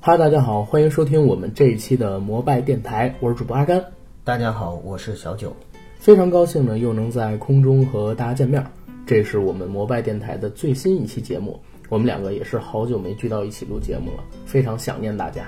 哈，大家好，欢迎收听我们这一期的摩拜电台，我是主播阿甘。大家好，我是小九。非常高兴呢，又能在空中和大家见面儿。这是我们摩拜电台的最新一期节目，我们两个也是好久没聚到一起录节目了，非常想念大家。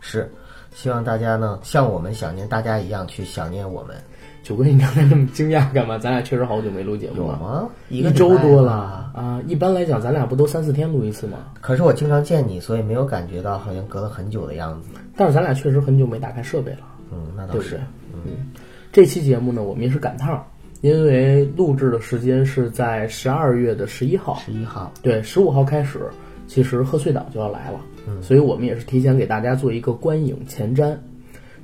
是，希望大家呢像我们想念大家一样去想念我们，九哥，你刚才那么惊讶干嘛？咱俩确实好久没录节有目了，吗？一个礼拜周多了。啊。一般来讲，咱俩不都三四天录一次吗？可是我经常见你，所以没有感觉到好像隔了很久的样子。但是咱俩确实很久没打开设备了。嗯，那倒对不对是。？嗯，这期节目呢，我们也是赶趟儿，因为录制的时间是在十二月的十一号，十一号，对，十五号开始，其实贺岁档就要来了，所以我们也是提前给大家做一个观影前瞻。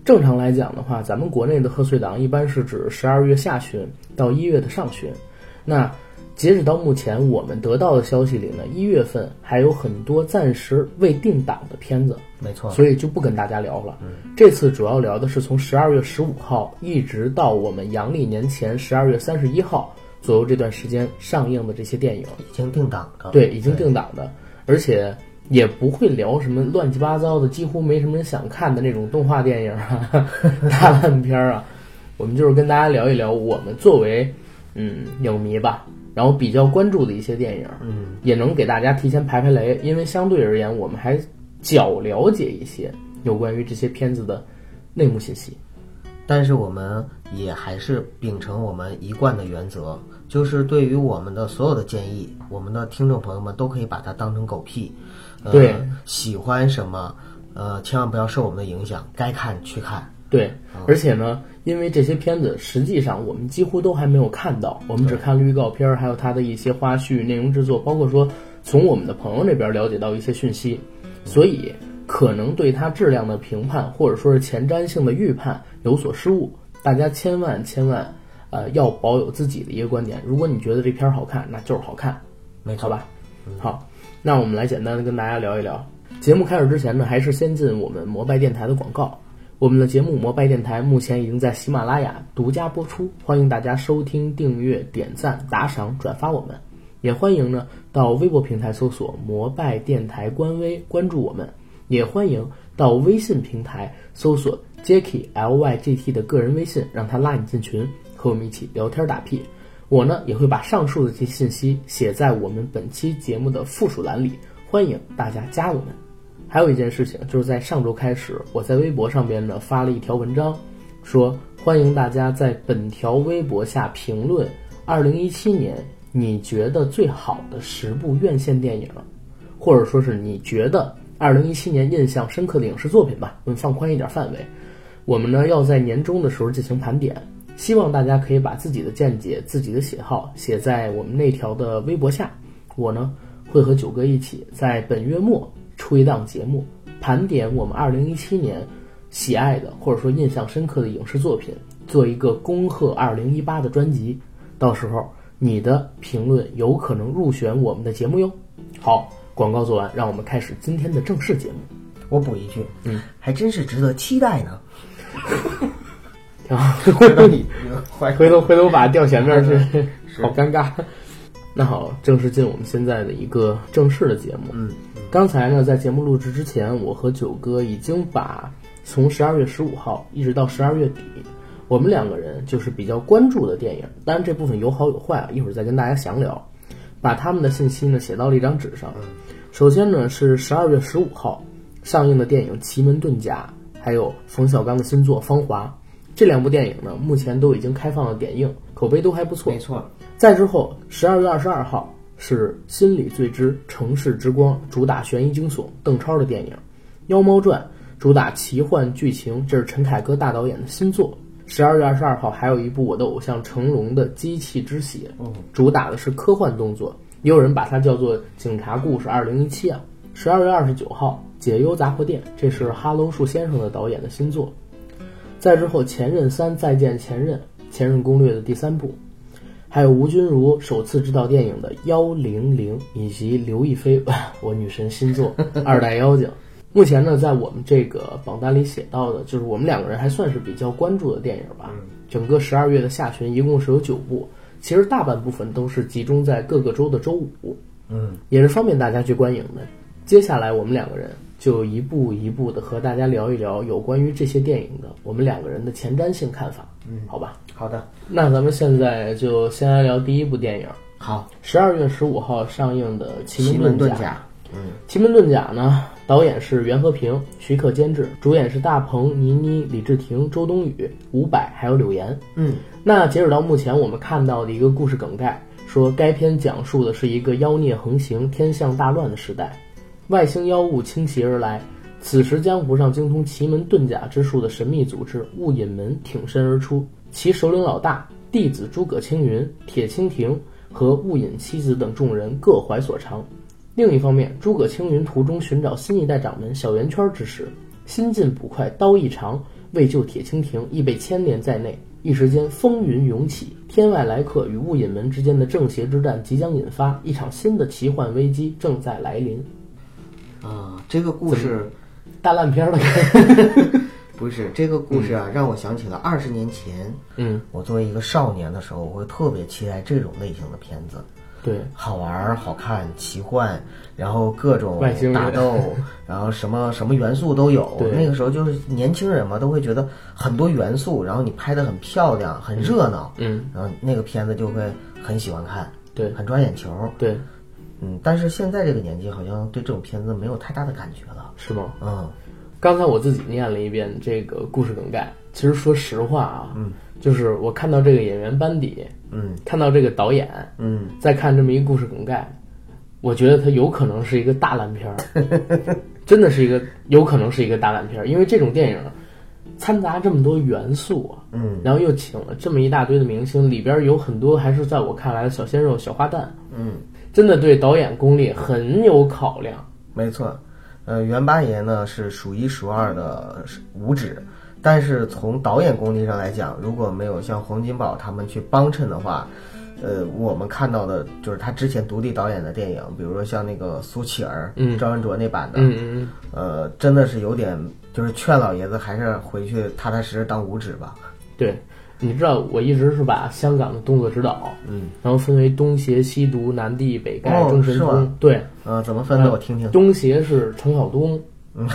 正常来讲的话，咱们国内的贺岁档一般是指十二月下旬到一月的上旬。那截止到目前，我们得到的消息里呢，一月份还有很多暂时未定档的片子，没错。所以就不跟大家聊了。这次主要聊的是从十二月十五号一直到我们阳历年前十二月三十一号左右这段时间上映的这些电影，已经定档了。啊对，已经定档的，而且也不会聊什么乱七八糟的，几乎没什么人想看的那种动画电影啊、 大烂片儿啊。我们就是跟大家聊一聊我们作为嗯影迷吧，然后比较关注的一些电影，嗯，也能给大家提前排排雷，因为相对而言我们还较了解一些有关于这些片子的内幕信息。但是我们也还是秉承我们一贯的原则，就是对于我们的所有的建议，我们的听众朋友们都可以把它当成狗屁。呃、对，喜欢什么，呃，千万不要受我们的影响，该看去看。对，啊而且呢，因为这些片子实际上我们几乎都还没有看到，我们只看了预告片儿，还有它的一些花絮、内容制作，包括说从我们的朋友那边了解到一些讯息，嗯所以可能对它质量的评判或者说是前瞻性的预判有所失误。大家千万千万，呃，要保有自己的一个观点。如果你觉得这片儿好看，那就是好看，没好错，吧？嗯好，那我们来简单的跟大家聊一聊。节目开始之前呢，还是先进我们摩拜电台的广告。我们的节目《摩拜电台》目前已经在喜马拉雅独家播出，欢迎大家收听、订阅、点赞、打赏、转发我们，也欢迎呢到微博平台搜索“摩拜电台”官微关注我们，也欢迎到微信平台搜索 Jacky L Y G T 的个人微信，让他拉你进群，和我们一起聊天打屁。我呢也会把上述的这些信息写在我们本期节目的附属栏里，欢迎大家加我们。还有一件事情，就是在上周开始，我在微博上边呢发了一条文章，说欢迎大家在本条微博下评论，二零一七年你觉得最好的十部院线电影，或者说是你觉得二零一七年印象深刻的影视作品吧，我们放宽一点范围。我们呢要在年终的时候进行盘点，希望大家可以把自己的见解、自己的喜好写在我们那条的微博下。我呢会和九哥一起在本月末出一档节目，盘点我们二零一七年喜爱的或者说印象深刻的影视作品，做一个恭贺二零一八的专辑。到时候你的评论有可能入选我们的节目哟。好，广告做完，让我们开始今天的正式节目。 我补一句，嗯，还真是值得期待呢。挺好，回头你坏回头回头把它调前面去，好尴尬。那好，正式进我们现在的一个正式的节目。嗯，刚才呢，在节目录制之前，我和九哥已经把从十二月十五号一直到十二月底，我们两个人就是比较关注的电影，当然这部分有好有坏啊，一会儿再跟大家详聊。把他们的信息呢写到了一张纸上。首先呢是十二月十五号上映的电影《奇门遁甲》，还有冯小刚的新作《芳华》。这两部电影呢，目前都已经开放了点映，口碑都还不错。没错，再之后，十二月二十二号是《心理罪之城市之光》，主打悬疑惊悚，邓超的电影；《妖猫传》主打奇幻剧情，这是陈凯歌大导演的新作。十二月二十二号还有一部我的偶像成龙的《机器之血》，主打的是科幻动作，也有人把它叫做《警察故事二零一七》啊。十二月二十九号，《解忧杂货店》，这是哈喽树先生的导演的新作。再之后，《前任三》再见前任，《前任攻略》的第三部，还有吴君如首次执导电影的《幺零零》，以及刘亦菲， 我女神新作《二代妖精》。目前呢，在我们这个榜单里写到的，就是我们两个人还算是比较关注的电影吧。整个十二月的下旬，一共是有九部，其实大半部分都是集中在各个州的周五，嗯，也是方便大家去观影的。接下来，我们两个人就一步一步的和大家聊一聊有关于这些电影的我们两个人的前瞻性看法，嗯，好吧？好的，那咱们现在就先来聊第一部电影，好，十二月十五号上映的《奇奇门门遁遁甲》。甲，嗯， 《奇门遁甲》呢，导演是袁和平，徐克监制，主演是大鹏、倪妮、李治廷、周冬雨、伍佰还有柳岩。嗯，那截止到目前，我们看到的一个故事梗概，说该片讲述的是一个妖孽横行、天象大乱的时代，外星妖物侵袭而来。此时，江湖上精通奇门遁甲之术的神秘组织雾隐门挺身而出，其首领老大、弟子诸葛青云、铁蜻蜓和雾隐妻子等众人各怀所长，另一方面，诸葛青云途中寻找新一代掌门小圆圈之时，新晋捕快刀一长为救铁蜻蜓，亦被牵连在内。一时间风云涌起，天外来客与雾隐门之间的正邪之战即将引发，一场新的奇幻危机正在来临。啊，这个故事大烂片儿了，不是这个故事啊，让我想起了二十年前，嗯，我作为一个少年的时候，我会特别期待这种类型的片子， 对，好玩儿、好看、奇幻，然后各种外星人打 斗，然后什么什么元素都有对。那个时候就是年轻人嘛，都会觉得很多元素，然后你拍的很漂亮、很热闹，嗯，然后那个片子就会很喜欢看，对很抓眼球，对，嗯。但是现在这个年纪，好像对这种片子没有太大的感觉了，是吗？嗯。刚才我自己念了一遍这个故事梗概，其实说实话啊，嗯，就是我看到这个演员班底，嗯，看到这个导演，嗯，再看这么一故事梗概，我觉得它有可能是一个大烂片儿， 真的是一个有可能是一个大烂片儿，因为这种电影掺杂这么多元素啊，嗯，然后又请了这么一大堆的明星，里边儿有很多还是在我看来的小鲜肉、小花旦，嗯，真的对导演功力很有考量，没错，呃，袁八爷呢是数一数二的五指，但是从导演功力上来讲，如果没有像洪金宝他们去帮衬的话，呃，我们看到的就是他之前独立导演的电影，比如说像那个苏乞儿，嗯赵文卓那版的，嗯嗯嗯。呃，真的是有点，就是劝老爷子还是回去踏踏实实当五指吧。对，你知道我一直是把香港的动作指导，嗯，然后分为东协、西独、南帝、北丐、哦中神是通吗。对，呃，怎么分的？我听听。东协是程晓 东嗯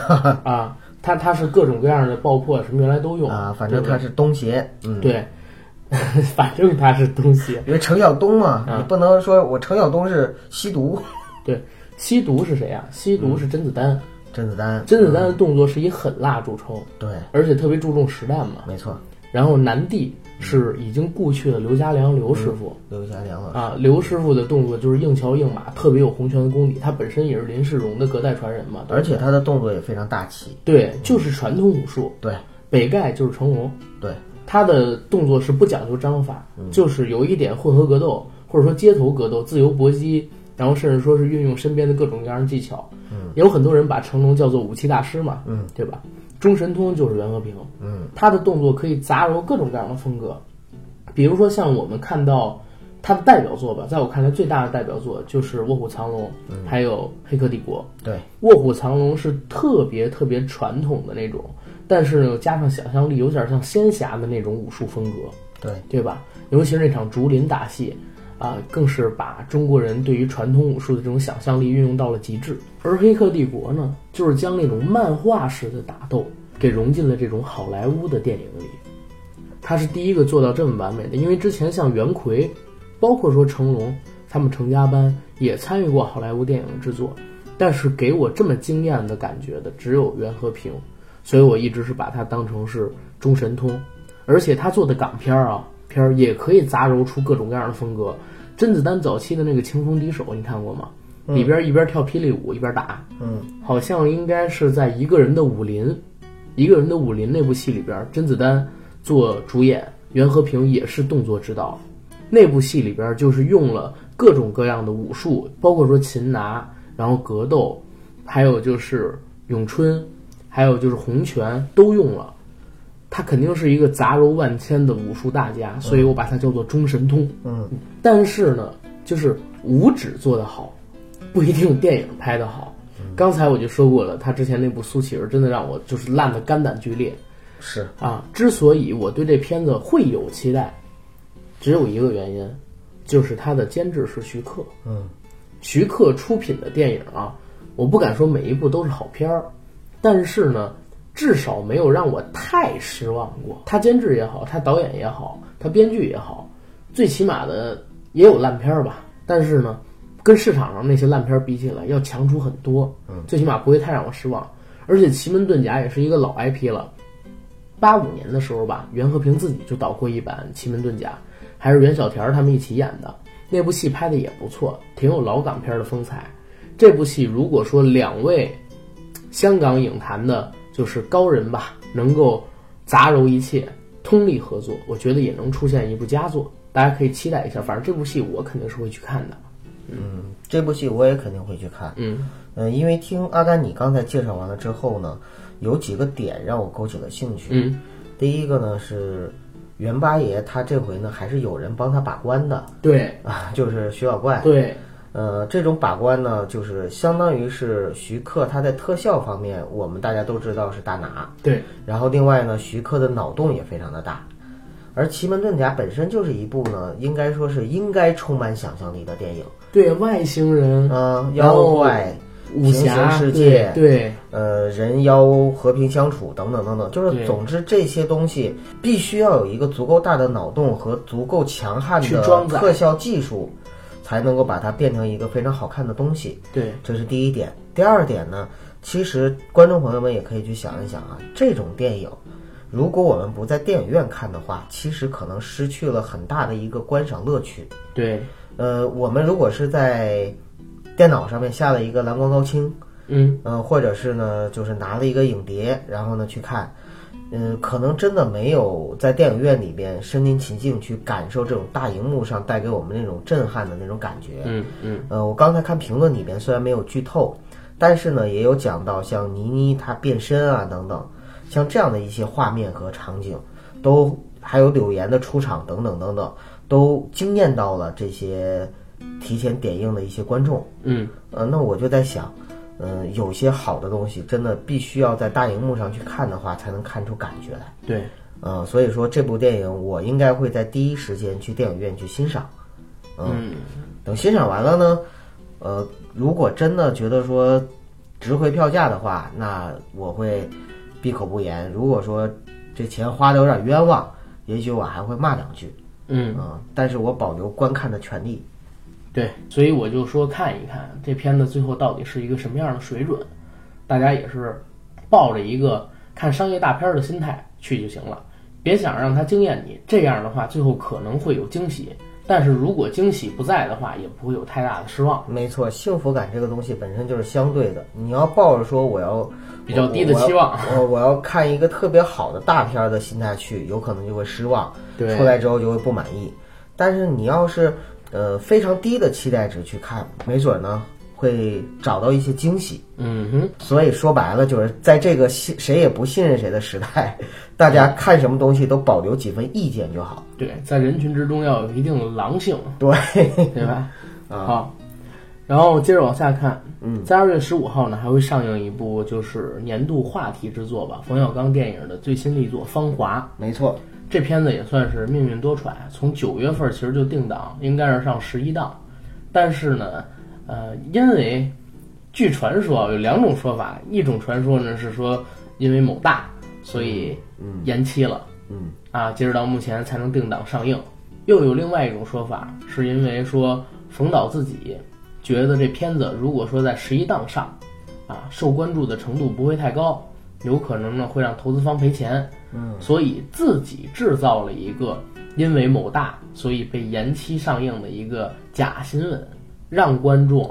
啊，他他是各种各样的爆破什么原来都用啊，反正嗯对他是东协，嗯，不对， 对反正他是东协。因为程晓东嘛，啊你不能说我程晓东是吸毒， 对，西独是谁啊？西独是甄子丹，甄子丹，甄子丹的动作是以狠辣著称，对，而且特别注重实战嘛。没错，然后南帝是已经故去的刘家良刘师傅，刘家良老师，啊，刘师傅的动作就是硬桥硬马，特别有洪拳的功底。他本身也是林世荣的隔代传人嘛，而且他的动作也非常大气，对，就是传统武术。对北丐就是成龙，对，他的动作是不讲究章法，嗯就是有一点混合格斗，或者说街头格斗、自由搏击，然后甚至说是运用身边的各种各样的技巧。嗯，有很多人把成龙叫做武器大师嘛，嗯，对吧？中神通就是袁和平，嗯，他的动作可以杂糅各种各样的风格，比如说像我们看到他的代表作吧，在我看来最大的代表作就是《卧虎藏龙》，嗯还有《黑客帝国》。对， 《卧虎藏龙》是特别特别传统的那种，但是呢又加上想象力，有点像仙侠的那种武术风格，对，对吧？尤其是那场竹林打戏，啊、更是把中国人对于传统武术的这种想象力运用到了极致。而《黑客帝国》呢，就是将那种漫画式的打斗给融进了这种好莱坞的电影里，他是第一个做到这么完美的。因为之前像袁奎，包括说成龙，他们成家班也参与过好莱坞电影的制作，但是给我这么惊艳的感觉的只有袁和平，所以我一直是把他当成是中神通。而且他做的港片儿啊，片儿也可以杂糅出各种各样的风格。甄子丹早期的那个《轻松敌手》，你看过吗？里边一边跳霹雳舞一边打，嗯，好像应该是在一个人的武林，一个人的武林那部戏里边，甄子丹做主演，袁和平也是动作指导。那部戏里边就是用了各种各样的武术，包括说擒拿，然后格斗，还有就是咏春，还有就是洪拳都用了。他肯定是一个杂糅万千的武术大家，所以我把它叫做中神通。嗯但是呢，就是五指做得好，不一定电影拍得好。刚才我就说过了，他之前那部《苏乞儿》真的让我就是烂得肝胆俱裂是啊！之所以我对这片子会有期待，只有一个原因，就是他的监制是徐克。嗯徐克出品的电影啊，我不敢说每一部都是好片儿，但是呢，至少没有让我太失望过。他监制也好，他导演也好，他编剧也好，最起码的也有烂片儿吧。但是呢，跟市场上那些烂片儿比起来，要强出很多。最起码不会太让我失望。而且《奇门遁甲》也是一个老 IP 了，八五年的时候吧，袁和平自己就导过一版《奇门遁甲》，还是袁小田儿他们一起演的。那部戏拍的也不错，挺有老港片儿的风采。这部戏如果说两位香港影坛的就是高人吧，能够杂糅一切，通力合作，我觉得也能出现一部佳作。大家可以期待一下，反正这部戏我肯定是会去看的。嗯，这部戏我也肯定会去看。嗯嗯，因为听阿甘你刚才介绍完了之后呢，有几个点让我勾起了兴趣。嗯，第一个呢是袁八爷，他这回呢还是有人帮他把关的对啊，就是徐小怪。对，呃，这种把关呢，就是相当于是徐克他在特效方面，我们大家都知道是大拿。对，然后另外呢，徐克的脑洞也非常的大。而《奇门遁甲》本身就是一部呢，应该说是应该充满想象力的电影。对外星人、嗯，然妖后怪、武侠平行世界对对呃，人妖和平相处等等等等，就对是总之这些东西必须要有一个足够大的脑洞和足够强悍去的装载特效技术，才能够把它变成一个非常好看的东西。对这是第一点。第二点呢，其实观众朋友们也可以去想一想啊，这种电影，如果我们不在电影院看的话，其实可能失去了很大的一个观赏乐趣。对，呃，我们如果是在电脑上面下了一个蓝光高清，嗯，嗯、或者是呢，就是拿了一个影碟，然后呢去看，嗯、可能真的没有在电影院里边身临其境去感受这种大荧幕上带给我们那种震撼的那种感觉。嗯嗯，呃，我刚才看评论里边虽然没有剧透，但是呢也有讲到像倪妮她变身啊等等，像这样的一些画面和场景，都还有柳岩的出场等等等等，都惊艳到了这些提前点映的一些观众。嗯，呃，那我就在想，嗯、有些好的东西真的必须要在大荧幕上去看的话，才能看出感觉来。对，嗯、所以说这部电影我应该会在第一时间去电影院去欣赏。呃嗯等欣赏完了呢，呃，如果真的觉得说值回票价的话，那我会闭口不言。如果说这钱花的有点冤枉，也许我还会骂两句，嗯嗯、。但是我保留观看的权利。对，所以我就说看一看这片子最后到底是一个什么样的水准，大家也是抱着一个看商业大片儿的心态去就行了，别想让它惊艳你。这样的话，最后可能会有惊喜，但是如果惊喜不在的话，也不会有太大的失望。没错，幸福感这个东西本身就是相对的。你要抱着说我要比较低的期望，我我我我要看一个特别好的大片儿的心态去，有可能就会失望，对出来之后就会不满意。但是你要是呃非常低的期待值去看，没准呢会找到一些惊喜。嗯哼，所以说白了，就是在这个信谁也不信任谁的时代， 大家看什么东西都保留几分意见就好。对，在人群之中要有一定的狼性，对， 对吧？好，然后接着往下看，嗯，在二月十五号呢，还会上映一部就是年度话题之作吧，冯小刚电影的最新力作《芳华》。没错，这片子也算是命运多舛，从九月份其实就定档，应该是上十一档，但是呢，呃，因为据传说啊有两种说法，一种传说呢是说因为某大，所以延期了，嗯，啊，截止到目前才能定档上映；又有另外一种说法，是因为说冯导自己觉得这片子如果说在十一档上，啊，受关注的程度不会太高，有可能呢会让投资方赔钱，嗯，所以自己制造了一个因为某大所以被延期上映的一个假新闻，让观众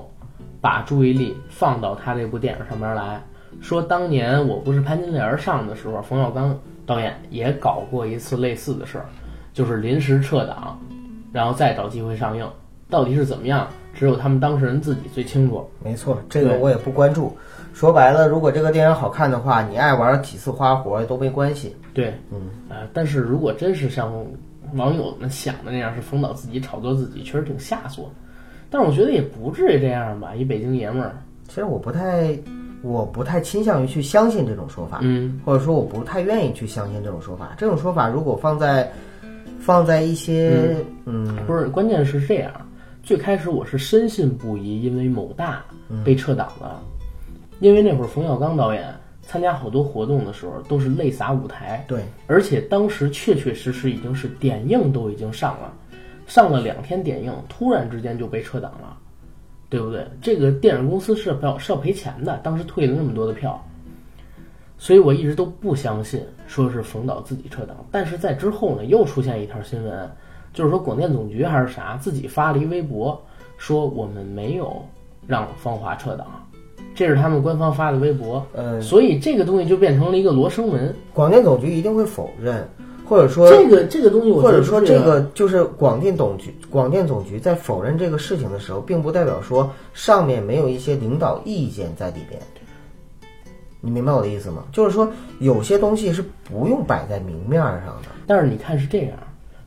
把注意力放到他这部电影上面来。说当年我不是潘金莲上的时候，冯小刚导演也搞过一次类似的事儿，就是临时撤档，然后再找机会上映。到底是怎么样？只有他们当事人自己最清楚。没错，这个我也不关注。说白了，如果这个电影好看的话，你爱玩几次花活都没关系。对，嗯，呃，但是如果真是像网友们想的那样，是封导自己、炒作自己，确实挺下作。但是我觉得也不至于这样吧，一北京爷们儿，其实我不太，我不太倾向于去相信这种说法，嗯，或者说我不太愿意去相信这种说法。这种说法如果放在放在一些嗯不是，关键是这样。最开始我是深信不疑，因为某大被撤档了，因为那会儿冯小刚导演参加好多活动的时候都是泪洒舞台，对而且当时确确实实已经是点映都已经上了，上了两天点映，突然之间就被撤档了，对不对？这个电影公司是要是要赔钱的，当时退了那么多的票，所以我一直都不相信说是冯导自己撤档。但是在之后呢，又出现一条新闻，就是说广电总局还是啥自己发了一微博，说我们没有让芳华撤档，这是他们官方发的微博。呃，所以这个东西就变成了一个罗生门，广电总局一定会否认，或者说这个这个东西我觉或得者不是啊，说这个就是广电总局，广电总局在否认这个事情的时候，并不代表说上面没有一些领导意见在里边。你明白我的意思吗？就是说有些东西是不用摆在明面上的。但是你看是这样，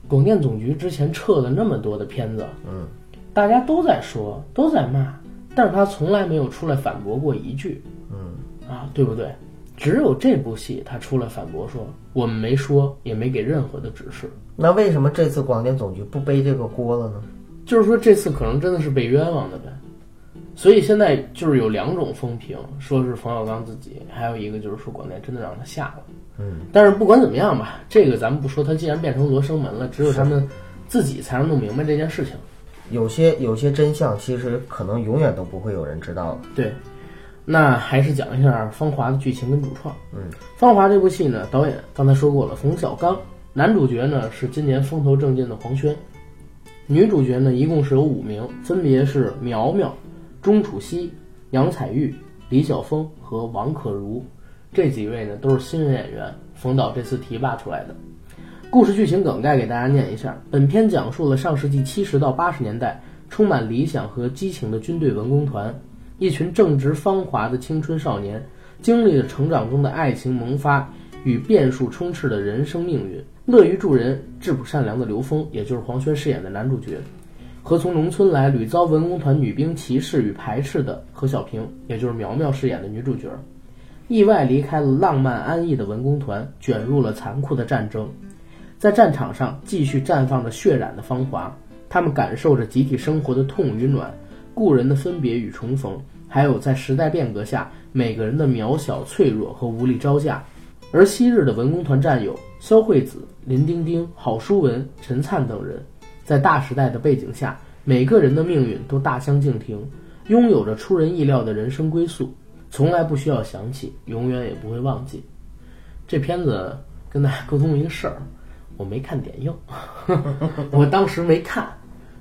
广电总局之前撤了那么多的片子，嗯，大家都在说，都在骂，但是他从来没有出来反驳过一句，嗯，啊，对不对？只有这部戏他出来反驳说，我们没说，也没给任何的指示，那为什么这次广电总局不背这个锅了呢？就是说这次可能真的是被冤枉的呗。所以现在就是有两种风评，说是冯小刚自己，还有一个就是说广电真的让他下了。嗯，但是不管怎么样吧，这个咱们不说，它既然变成罗生门了，只有他们自己才能弄明白这件事情。有些有些真相其实可能永远都不会有人知道的。对，那还是讲一下《芳华》的剧情跟主创。嗯， 《芳华》这部戏呢，导演刚才说过了，冯小刚，男主角呢是今年风头正劲的黄轩，女主角呢一共是有五名，分别是苗苗、钟楚曦、杨采钰、李晓峰和王可如，这几位呢都是新人演员，冯导这次提拔出来的。故事剧情梗概给大家念一下：本片讲述了上世纪七十到八十年代充满理想和激情的军队文工团，一群正值芳华的青春少年，经历了成长中的爱情萌发与变数充斥的人生命运。乐于助人、质朴善良的刘峰，也就是黄轩饰演的男主角，和从农村来、屡遭文工团女兵歧视与排斥的何小平，也就是苗苗饰演的女主角，意外离开了浪漫安逸的文工团，卷入了残酷的战争。在战场上继续绽放着血染的芳华。他们感受着集体生活的痛与暖，故人的分别与重逢，还有在时代变革下每个人的渺小、脆弱和无力招架。而昔日的文工团战友肖惠子、林丁丁、郝淑文、陈灿等人，在大时代的背景下，每个人的命运都大相径庭，拥有着出人意料的人生归宿，从来不需要想起，永远也不会忘记。这片子跟大家沟通一个事儿，我没看点映， 我当时没看，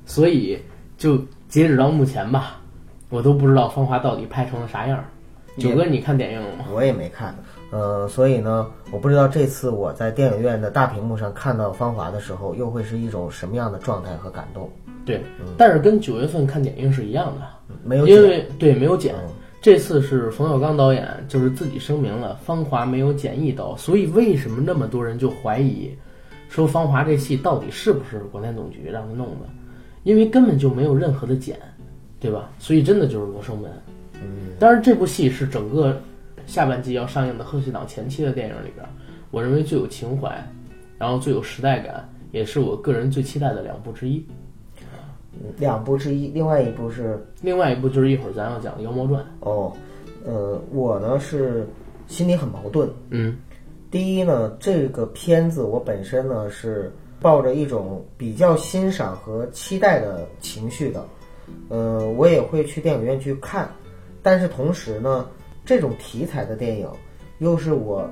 所以就截止到目前吧，我都不知道《芳华》到底拍成了啥样儿。九哥，你看点映了吗？我也没看，呃，所以呢，我不知道这次我在电影院的大屏幕上看到《芳华》的时候，又会是一种什么样的状态和感动？对，但是跟九月份看点映是一样的，嗯没有嗯因解为对没有剪，这次是冯小刚导演就是自己声明了，芳华没有剪一刀，所以为什么那么多人就怀疑，说芳华这戏到底是不是广电总局让他弄的？因为根本就没有任何的剪，对吧？所以真的就是罗生门。嗯，当然这部戏是整个下半季要上映的贺岁档前期的电影里边，我认为最有情怀，然后最有时代感，也是我个人最期待的两部之一。两部之一，另外一部是另外一部就是一会儿咱要讲的《妖魔传》。哦，呃，我呢是心里很矛盾。嗯第一呢，这个片子我本身呢是抱着一种比较欣赏和期待的情绪的，呃，我也会去电影院去看，但是同时呢，这种题材的电影又是我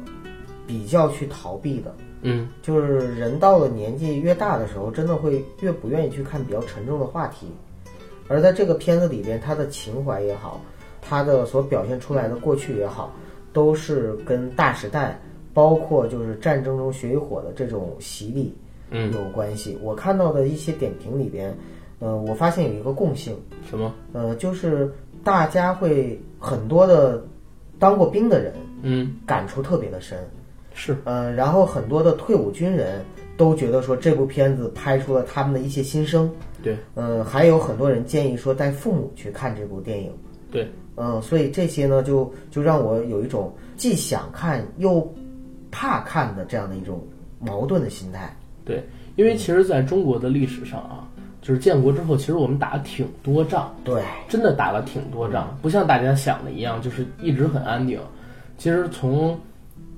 比较去逃避的，嗯，就是人到了年纪越大的时候，真的会越不愿意去看比较沉重的话题。而在这个片子里边，他的情怀也好，他的所表现出来的过去也好，都是跟大时代，包括就是战争中血与火的这种洗礼，嗯有关系。我看到的一些点评里边，呃，我发现有一个共性，嗯什么？呃，就是大家会很多的当过兵的人嗯，感触特别的深，是呃，然后很多的退伍军人都觉得说这部片子拍出了他们的一些心声，对呃，还有很多人建议说带父母去看这部电影，对，嗯，所以这些呢，就就让我有一种既想看又怕看的这样的一种矛盾的心态。对，因为其实在中国的历史上啊，就是建国之后，其实我们打了挺多仗，对，真的打了挺多仗，不像大家想的一样，就是一直很安定。其实从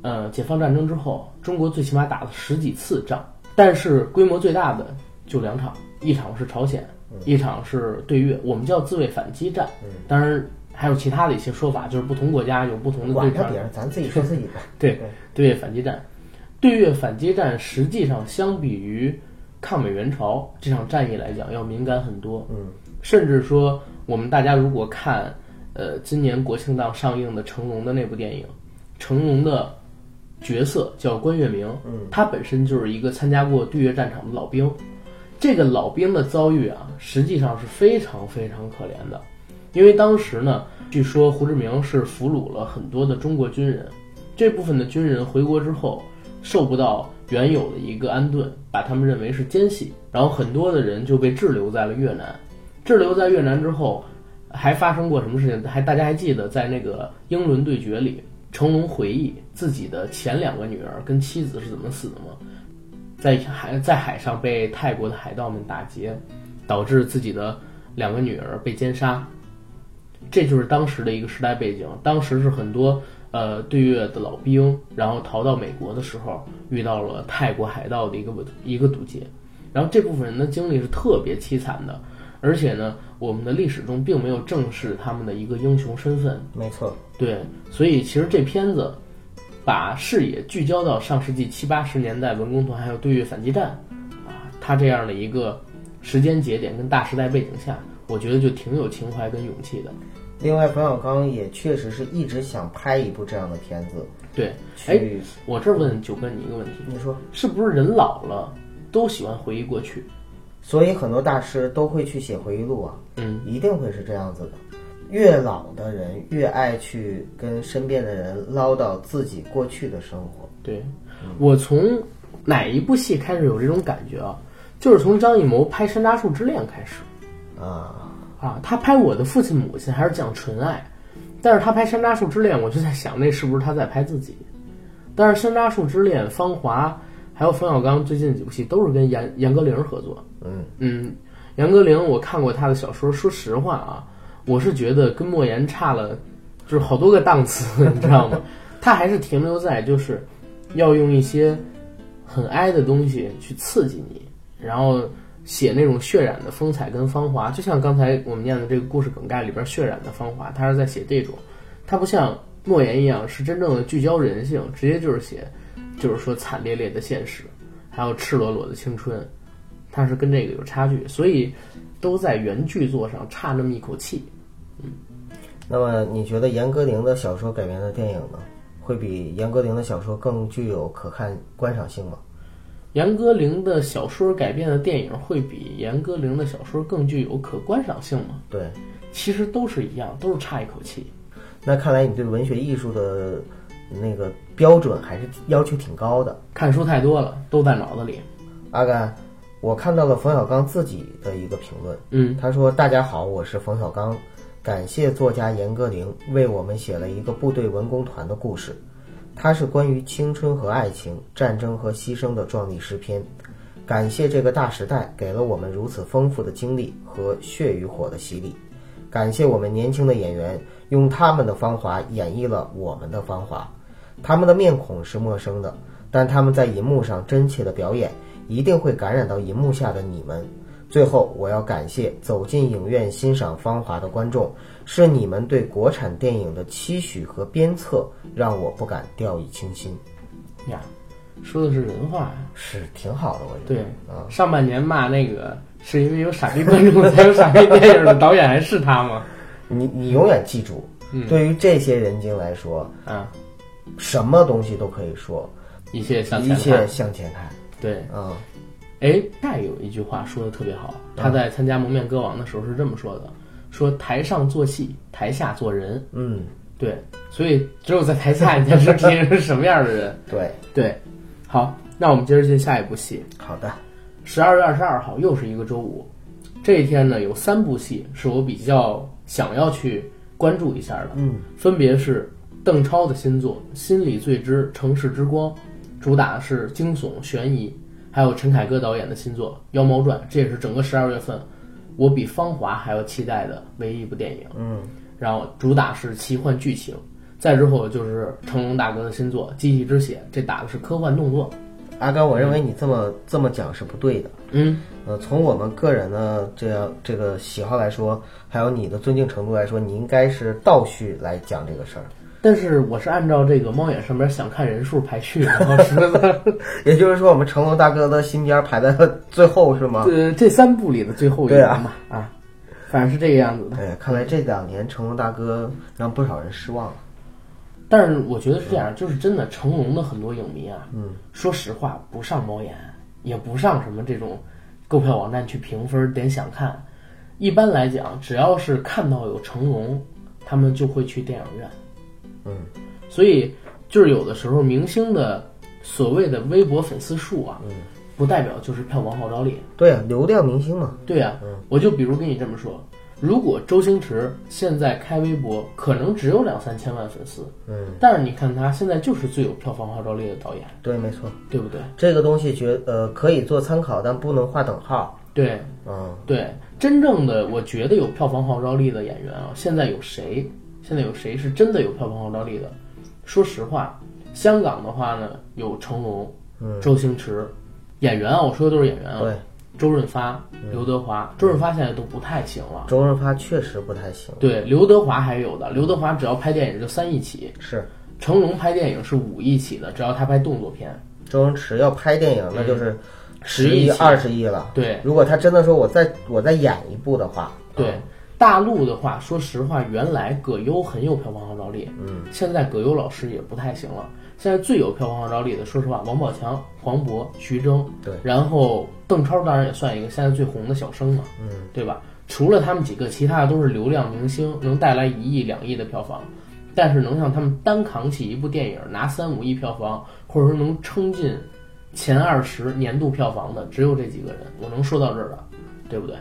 呃解放战争之后，中国最起码打了十几次仗，但是规模最大的就两场，一场是朝鲜，一场是对越，我们叫自卫反击战。当然还有其他的一些说法，就是不同国家有不同的对管他战别人，咱自己 说自己的。对对越反击战，对越反击战实际上相比于抗美援朝这场战役来讲，要敏感很多。嗯，甚至说我们大家如果看，呃，今年国庆档上映的成龙的那部电影，成龙的角色叫关月明，嗯，他本身就是一个参加过对越战场的老兵。这个老兵的遭遇啊，实际上是非常非常可怜的，因为当时呢，据说胡志明是俘虏了很多的中国军人，这部分的军人回国之后，受不到原有的一个安顿，把他们认为是奸细，然后很多的人就被滞留在了越南。滞留在越南之后，还发生过什么事情？还大家还记得在那个英伦对决里，成龙回忆自己的前两个女儿跟妻子是怎么死的吗？在海在海上被泰国的海盗们打劫，导致自己的两个女儿被奸杀。这就是当时的一个时代背景。当时是很多呃对越的老兵，然后逃到美国的时候，遇到了泰国海盗的一个一个堵截。然后这部分人的经历是特别凄惨的，而且呢，我们的历史中并没有正视他们的一个英雄身份。没错，对，所以其实这片子把视野聚焦到上世纪七八十年代文工团还有对越反击战啊，它这样的一个时间节点跟大时代背景下，我觉得就挺有情怀跟勇气的。另外冯小刚也确实是一直想拍一部这样的片子。对，哎去，我这儿问九哥你一个问题，你说，是不是人老了都喜欢回忆过去？所以很多大师都会去写回忆录啊，嗯，一定会是这样子的。越老的人越爱去跟身边的人唠叨自己过去的生活。对，我从哪一部戏开始有这种感觉啊？就是从张艺谋拍《山楂树之恋》开始。啊，啊，他拍我的父亲母亲还是讲纯爱，但是他拍《山楂树之恋》，我就在想那是不是他在拍自己？但是《山楂树之恋》、《芳华》还有冯小刚最近几部戏都是跟严严歌苓合作。嗯嗯，严歌苓我看过他的小说，说实话啊，我是觉得跟莫言差了，就是好多个档次， 你知道吗？他还是停留在就是要用一些很哀的东西去刺激你，然后写那种渲染的风采跟芳华，就像刚才我们念的这个故事梗概里边渲染的芳华，他是在写这种，他不像莫言一样是真正的聚焦人性，直接就是写，就是说惨烈烈的现实，还有赤裸裸的青春，他是跟这个有差距，所以都在原剧作上差那么一口气。那么你觉得严歌苓的小说改编的电影呢，会比严歌苓的小说更具有可看观赏性吗？严歌苓的小说改编的电影会比严歌苓的小说更具有可观赏性吗？对，其实都是一样，都是差一口气。那看来你对文学艺术的那个标准还是要求挺高的。看书太多了，都在脑子里。阿甘，我看到了冯小刚自己的一个评论，嗯，他说：“大家好，我是冯小刚，感谢作家严歌苓为我们写了一个部队文工团的故事，它是关于青春和爱情、战争和牺牲的壮丽诗篇。感谢这个大时代给了我们如此丰富的经历和血与火的洗礼，感谢我们年轻的演员用他们的芳华演绎了我们的芳华。他们的面孔是陌生的，但他们在银幕上真切的表演，一定会感染到银幕下的你们。最后，我要感谢走进影院欣赏《芳华》的观众，是你们对国产电影的期许和鞭策，让我不敢掉以轻心。呀，说的是人话呀。是挺好的，我觉得。对，啊，上半年骂那个是因为有傻逼观众才有傻逼电影的导演还是他吗？你你永远记住，嗯对于这些人精来说，啊，什么东西都可以说，一切向一前切看。向前看。对，啊、哎，盖有一句话说的特别好，嗯他在参加蒙面歌王的时候是这么说的：说台上做戏，台下做人。嗯，对，所以只有在台下你才知道这些人是什么样的人。对，对，好，那我们接着进下一部戏。好的，十二月二十二号又是一个周五，这一天呢有三部戏是我比较想要去关注一下的，嗯，分别是邓超的新作《心理罪之城市之光》，主打是惊悚悬疑，还有陈凯歌导演的新作《妖猫传》，这也是整个十二月份我比《芳华》还要期待的唯一一部电影。嗯，然后主打是奇幻剧情，再之后就是成龙大哥的新作《机器之血》，这打的是科幻动作。阿甘，我认为你这么这么讲是不对的。嗯，呃，从我们个人的这样这个喜好来说，还有你的尊敬程度来说，你应该是倒叙来讲这个事儿。 但是我是按照这个猫眼上面想看人数排序，然后是也就是说，我们成龙大哥的新片儿排在了最后是吗？呃这三部里的最后一对个啊嘛啊反正是这个样子的。哎呀，看来这两年成龙大哥让不少人失望了。但是我觉得是这样，就是真的成龙的很多影迷啊，嗯，说实话不上猫眼，也不上什么这种购票网站去评分点想看，一般来讲，只要是看到有成龙，他们就会去电影院。嗯，所以就是有的时候明星的所谓的微博粉丝数啊，嗯，不代表就是票房号召力。对啊，流量明星嘛，对呀、我就比如跟你这么说，如果周星驰现在开微博，可能只有两三千万粉丝，嗯，但是你看他现在就是最有票房号召力的导演，对，没错，对不对？这个东西绝呃可以做参考，但不能划等号。对嗯，对，真正的我觉得有票房号召力的演员啊，现在有谁？现在有谁是真的有票房号召力的？说实话，香港的话呢，有成龙、周星驰，演员啊，我说的都是演员啊，对，周润发、刘德华，周润发现在都不太行了。周润发确实不太行。对，刘德华还有的，刘德华只要拍电影就三亿起，是，成龙拍电影是五亿起的，只要他拍动作片。周星驰要拍电影，那就是10亿、亿二十亿了。对如果他真的说我再我再演一部的话，对，大陆的话，说实话，原来葛优很有票房号召力，嗯，现在葛优老师也不太行了。现在最有票房号召力的，说实话，王宝强、黄渤、徐峥，对然后邓超当然也算一个现在最红的小生嘛，嗯，对吧？除了他们几个，其他的都是流量明星，能带来一亿、两亿的票房。但是能让他们单扛起一部电影拿三五亿票房，或者说能撑进前二十年度票房的，只有这几个人。我能说到这儿了，对不对？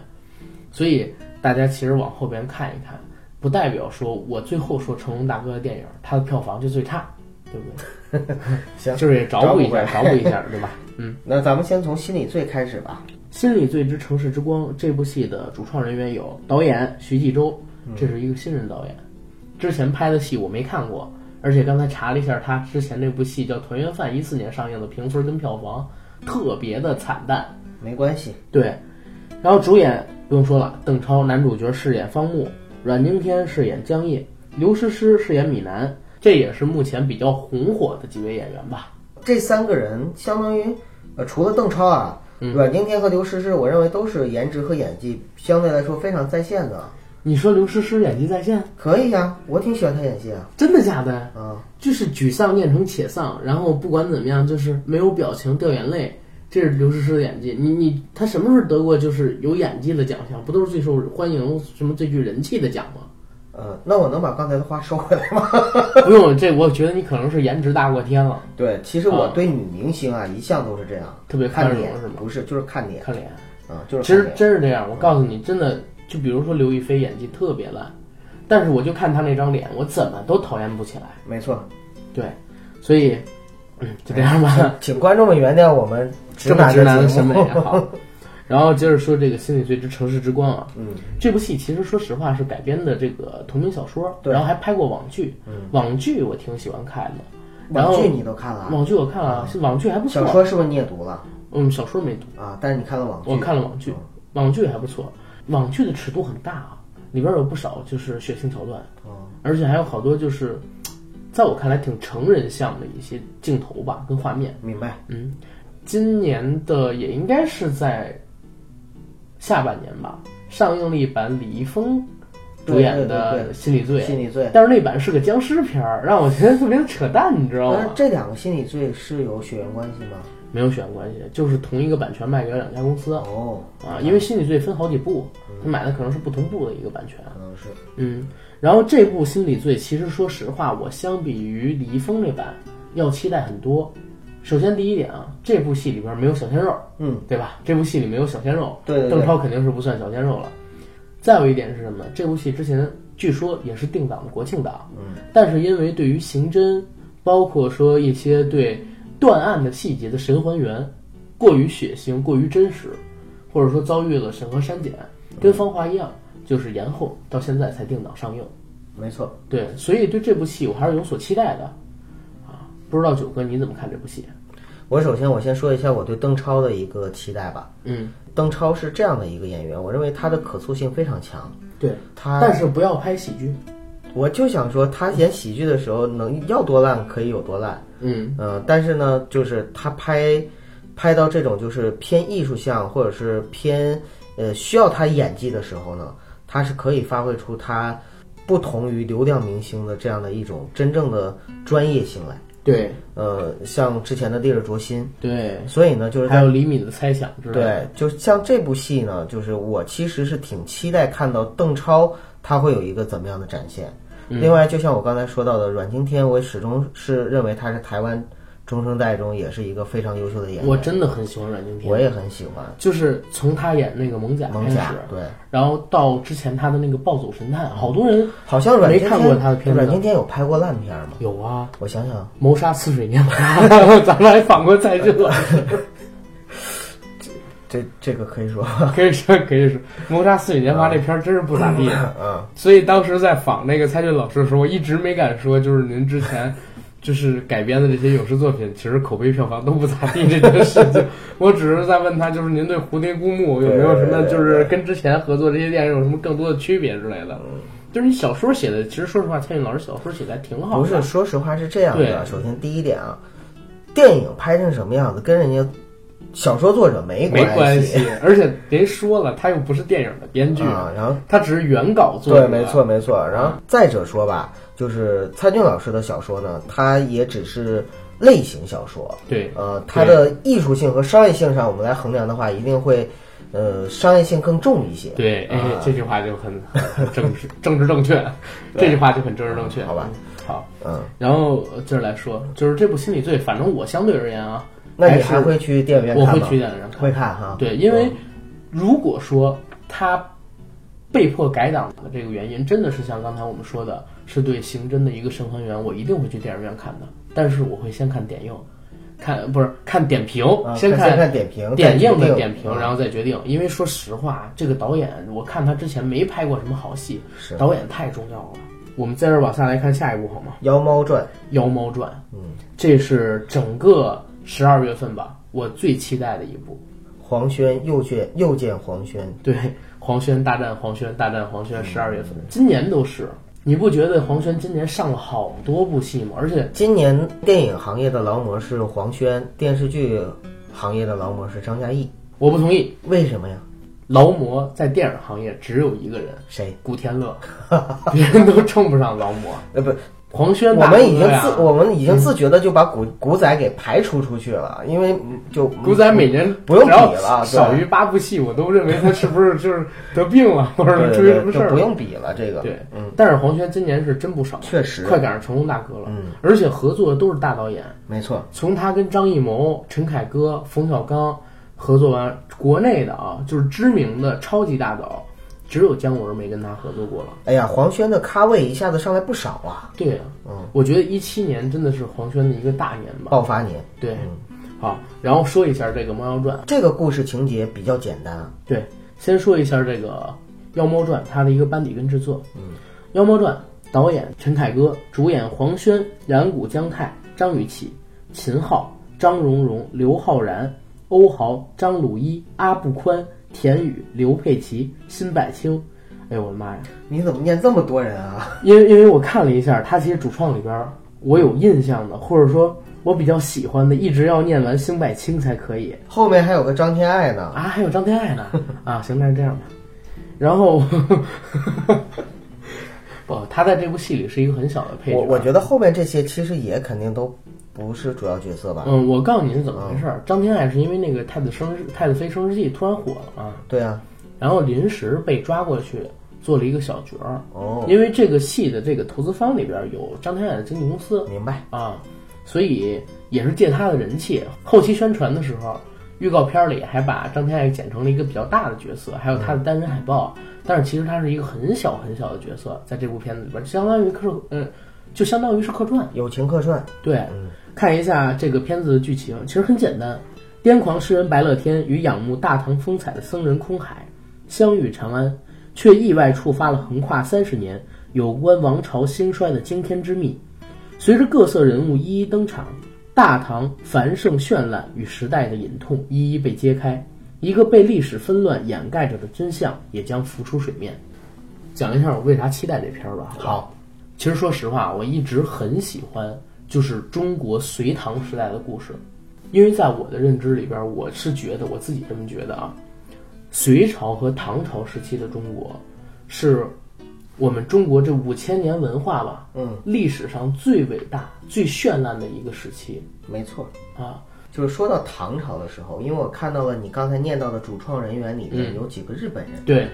所以大家其实往后边看一看，不代表说我最后说成龙大哥的电影他的票房就最差，对不对？ 行，就是也着补一下，找着补补一一下，对吧？嗯，那咱们先从心理罪开始吧。 《 心理罪之城市之光》这部戏的主创人员有导演徐纪周，这是一个新人导演，之前拍的戏我没看过，而且刚才查了一下他之前那部戏叫《团圆饭》，一四年上映的评分跟票房特别的惨淡，没关系，对，然后主演不用说了，邓超男主角饰演方木，阮经天饰演江夜，刘诗诗饰演米南，这也是目前比较红火的几位演员吧。这三个人相当于，呃，除了邓超啊，嗯阮经天和刘诗诗，我认为都是颜值和演技相对来说非常在线的。你说刘诗诗演技在线，可以呀、我挺喜欢他演戏啊。真的假的？啊，就是沮丧变成且丧，然后不管怎么样，就是没有表情掉眼泪，这是刘诗诗的演技。你你她什么时候得过就是有演技的奖项？不都是最受欢迎、什么最具人气的奖吗？ 呃，那我能把刚才的话收回来吗？不用，这我觉得你可能是颜值大过天了，对，其实我啊对女明星啊，一向都是这样，特别看宽容脸是吗不是，就是看脸看脸。啊，就是其看实脸。真是这样，我告诉你，真的，就比如说刘亦菲演技特别烂，但是我就看她那张脸，我怎么都讨厌不起来。没错，对，所以，嗯，就这样吧，请观众们原谅我们这么直 直男的的节审美目。好。然后接着说这个《心理罪之城市之光》啊， 嗯，这部戏其实说实话是改编的这个同名小说，对嗯然后还拍过网剧，网剧我挺喜欢看的。然网后剧你都看了啊，网剧我看了，网剧还不小错。说是不是你也读了嗯，小说没读。啊？但是你看了网剧，嗯我看了网剧，网剧还不错，网剧的尺度很大啊，里边有不少就是血腥桥段，哦而且还有好多就是，在我看来挺成人向的一些镜头吧，跟画面。明白。嗯，今年的也应该是在下半年吧，上映了一版李易峰主演对对对的《对心理罪》心理罪，但是那版是个僵尸片儿，让我觉得特别的扯淡，你知道但吗是？这两个心理罪是有血缘关系吗？没有血缘关系，就是同一个版权卖给了两家公司哦，啊，因为《心理罪》分好几部，他买的可能是不同部的一个版权。可能是嗯，然后这部《心理罪》其实说实话，我相比于李易峰那版要期待很多。首先第一点啊，这部戏里边没有小鲜肉，嗯，对吧？这部戏里没有小鲜肉，对对对邓超肯定是不算小鲜肉了。再有一点是什么？这部戏之前据说也是定档的国庆档，嗯，但是因为对于刑侦，包括说一些对断案的细节的神还原，过于血腥、过于真实，或者说遭遇了审核删减，跟《芳华》一样，就是延后到现在才定档上映。没错。对，所以对这部戏我还是有所期待的。啊，不知道九哥你怎么看这部戏？我首先我先说一下我对邓超的一个期待吧。嗯，邓超是这样的一个演员，我认为他的可塑性非常强。对，他，但是不要拍喜剧。我就想说，他演喜剧的时候能要多烂可以有多烂，嗯，嗯，但是呢，就是他拍拍到这种就是偏艺术向或者是偏呃需要他演技的时候呢，他是可以发挥出他不同于流量明星的这样的一种真正的专业性来。对呃，像之前的《烈日灼心对》，，所以呢，就是在还有李敏的猜想之类的。对，就像这部戏呢，就是我其实是挺期待看到邓超他会有一个怎么样的展现。嗯另外，就像我刚才说到的，阮经天，我始终是认为他是台湾中生代中也是一个非常优秀的演员，我我真的很喜欢阮经天，也很喜欢就是从他演那个《猛甲》蒙开甲始，。对，然后到之前他的那个《暴走神探》，好多人好像阮没经看天过他的片子阮经天有拍过烂片吗？有啊，我想想， 《谋杀似水年华》， 咱们还访过蔡志 了，这这个可以说，嗯可以说可以说，《谋杀似水年华》那片儿真是不咋地。嗯，所以当时在访那个蔡骏老师的时候，我一直没敢说，就是您之前 就是改编的这些影视作品，其实口碑票房都不咋地这件事情。我只是在问他，就是您对《蝴蝶公墓》有没有什么，就是跟之前合作这些电影有什么更多的区别之类的？嗯就是你小说写的，其实说实话，蔡骏老师小说写的还挺好的。不是，说实话是这样的。对首先第一点啊，电影拍成什么样子跟人家小说作者没没关系，而且人说了，他又不是电影的编剧，啊，然后他只是原稿做对，的。没错，没错。然后再者说吧，就是蔡骏老师的小说呢，它也只是类型小说，对，呃，它的艺术性和商业性上，我们来衡量的话，一定会，呃，商业性更重一些。对，哎啊，这句话就很 很政治政治正确，这句话就很政治正确，好吧？好，嗯，然后呃接着来说，就是这部《心理罪》，反正我相对而言啊，那你还还是会去电影院我看啊嗯会吗？去电影院看。会看哈。对，因为如果说他被迫改档的这个原因，真的是像刚才我们说的，是对刑侦的一个审还原，我一定会去电影院看的。但是我会先看点映，看不是看点评，啊先看看点评，点映映的点评，然后后再决定。因为说实话，这个导演我看他之前没拍过什么好戏，是《导演太重要了。我们在这儿往下来看下一部好吗？妖猫传》。 《妖猫传》，嗯，这是整个十二月份吧，我最期待的一部。黄轩又见又见黄轩，对，黄轩大战黄轩大战黄轩，十二月嗯份，今年都是。你不觉得黄轩今年上了好多部戏吗？而且今年电影行业的劳模是黄轩，电视剧行业的劳模是张嘉译，我不同意，为什么呀？劳模在电影行业只有一个人，谁？古天 乐，别人都称不上劳模。呃，不，黄轩我大们已经哥呀自我们已经自觉的就把古古仔给排除出去了，因为嗯就古仔每年不用只要比了少对于八部戏，我都认为他是不是就是得病 了，或嗯对者出于什对么事对，就儿不了。用比了。这个对，嗯，但是黄轩今年是真不少，确实，快赶上成龙大哥了。嗯，而且合作的都是大导演，没错，从他跟张艺谋、陈凯歌、冯小刚合作完，国内的啊，就是知名的超级大导，只有姜文没跟他合作过了。哎呀，黄轩的咖位一下子上来不少啊，对啊，嗯，我觉得一七年真的是黄轩的一个大年吧。爆发年。对，嗯好，然后说一下这个《猫妖传》。这个故事情节比较简单，对，先说一下这个《妖猫传》它的一个班底跟制作。嗯，《妖猫传》导演陈凯歌，主演黄轩、冉谷将太、张雨绮、秦昊、张荣荣、刘昊然、欧豪、张鲁一、阿布宽、田雨、刘佩琦、辛柏青。哎呦我的妈呀！你怎么念这么多人啊？ 因为因为我看了一下，他其实主创里边儿我有印象的，或者说我比较喜欢的，一直要念完辛柏青才可以。后面还有个张天爱呢，啊，还有张天爱呢啊，行，那就这样吧。然后，不，他在这部戏里是一个很小的配角。我我觉得后面这些其实也肯定都不是主要角色吧？嗯，我告诉你是怎么回事儿，张天爱是因为那个《太子生日太子妃生日记》突然火了嘛，对啊，然后临时被抓过去做了一个小角儿，哦，因为这个戏的这个投资方里边有张天爱的经纪公司明白，啊，所以也是借他的人气。后期宣传的时候，预告片里还把张天爱剪成了一个比较大的角色，还有他的单人海报，但是其实他是一个很小很小的角色，在这部片子里边，相当于客嗯，就相当于是客串。友情客串，对，看一下这个片子的剧情，其实很简单：癫狂诗人白乐天与仰慕大唐风采的僧人空海相遇长安，却意外触发了横跨三十年有关王朝兴衰的惊天之秘。随着各色人物一一登场，大唐繁盛绚烂与时代的隐痛一一被揭开，一个被历史纷乱掩盖着的真相也将浮出水面。讲一下我为啥期待这片儿吧。好，其实说实话，我一直很喜欢就是中国隋唐时代的故事，因为在我的认知里边，我是觉得我自己这么觉得啊，隋朝和唐朝时期的中国是我们中国这五千年文化吧，嗯，历史上最伟大、最绚烂的一个时期没错。啊。就是说到唐朝的时候，因为我看到了你刚才念到的主创人员里面嗯有几个日本人，对，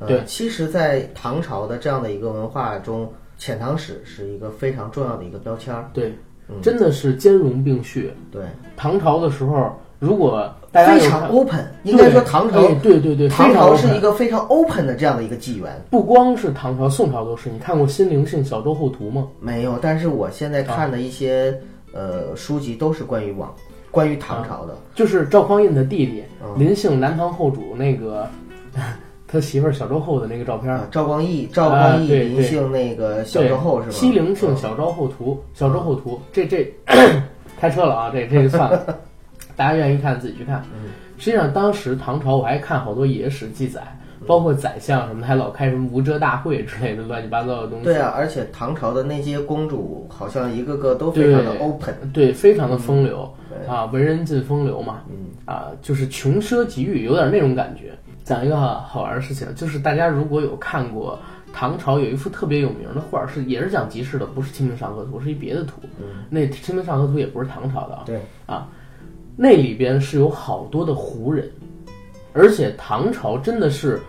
呃对其实，在唐朝的这样的一个文化中，遣唐使是一个非常重要的一个标签儿。对，嗯真的是兼容并蓄。对，唐朝的时候，如果大家有非常看 open，应该说唐朝对哎，对对对，非唐常朝有是看一个非常 open 的这样的一个纪元。不光是唐朝、宋朝都是。你看过《新灵性小周后图》吗？没有，但是我现在啊看的一些、呃书籍都是关于往关于唐朝的。就是赵匡胤的弟弟嗯林姓南唐后主那个 他媳妇儿小周后的那个照片儿，啊赵光义，赵光义啊对林对姓那个小对周后是吧？嗯西陵姓小昭后图，小昭后图，这这开车了啊，这这就算了， 大家愿意看自己去看。嗯实际上，当时唐朝我还看好多野史记载，包括宰相什么的，还老开什么无遮大会之类的乱七八糟的东西。对啊，而且唐朝的那些公主好像一个个都非常的对 open，对，非常的风流、对啊，文人进风流嘛，嗯啊，就是穷奢极欲，有点那种感觉。讲一个好好玩的事情，就是大家如果有看过唐朝有一幅特别有名的画，是也是讲集市的，不是《清明上河图》，是一别的图。那《清明上河图》也不是唐朝的啊，对啊，那里边是有好多的胡人，而且唐朝真的是，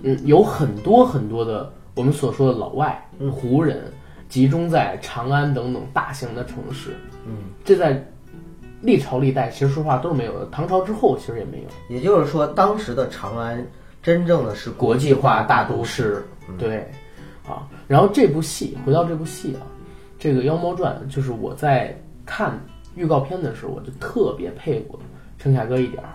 嗯，有很多很多的我们所说的老外、胡人，集中在长安等等大型的城市。嗯，这在历朝历代其实说实话都是没有的，唐朝之后其实也没有。也就是说，当时的长安真正的是国国际际化化大大都都市。市，对，啊，然后这部戏，回到这部戏啊，这个《妖猫传》就是我在看预告片的时候，我就特别佩服陈凯歌一点儿，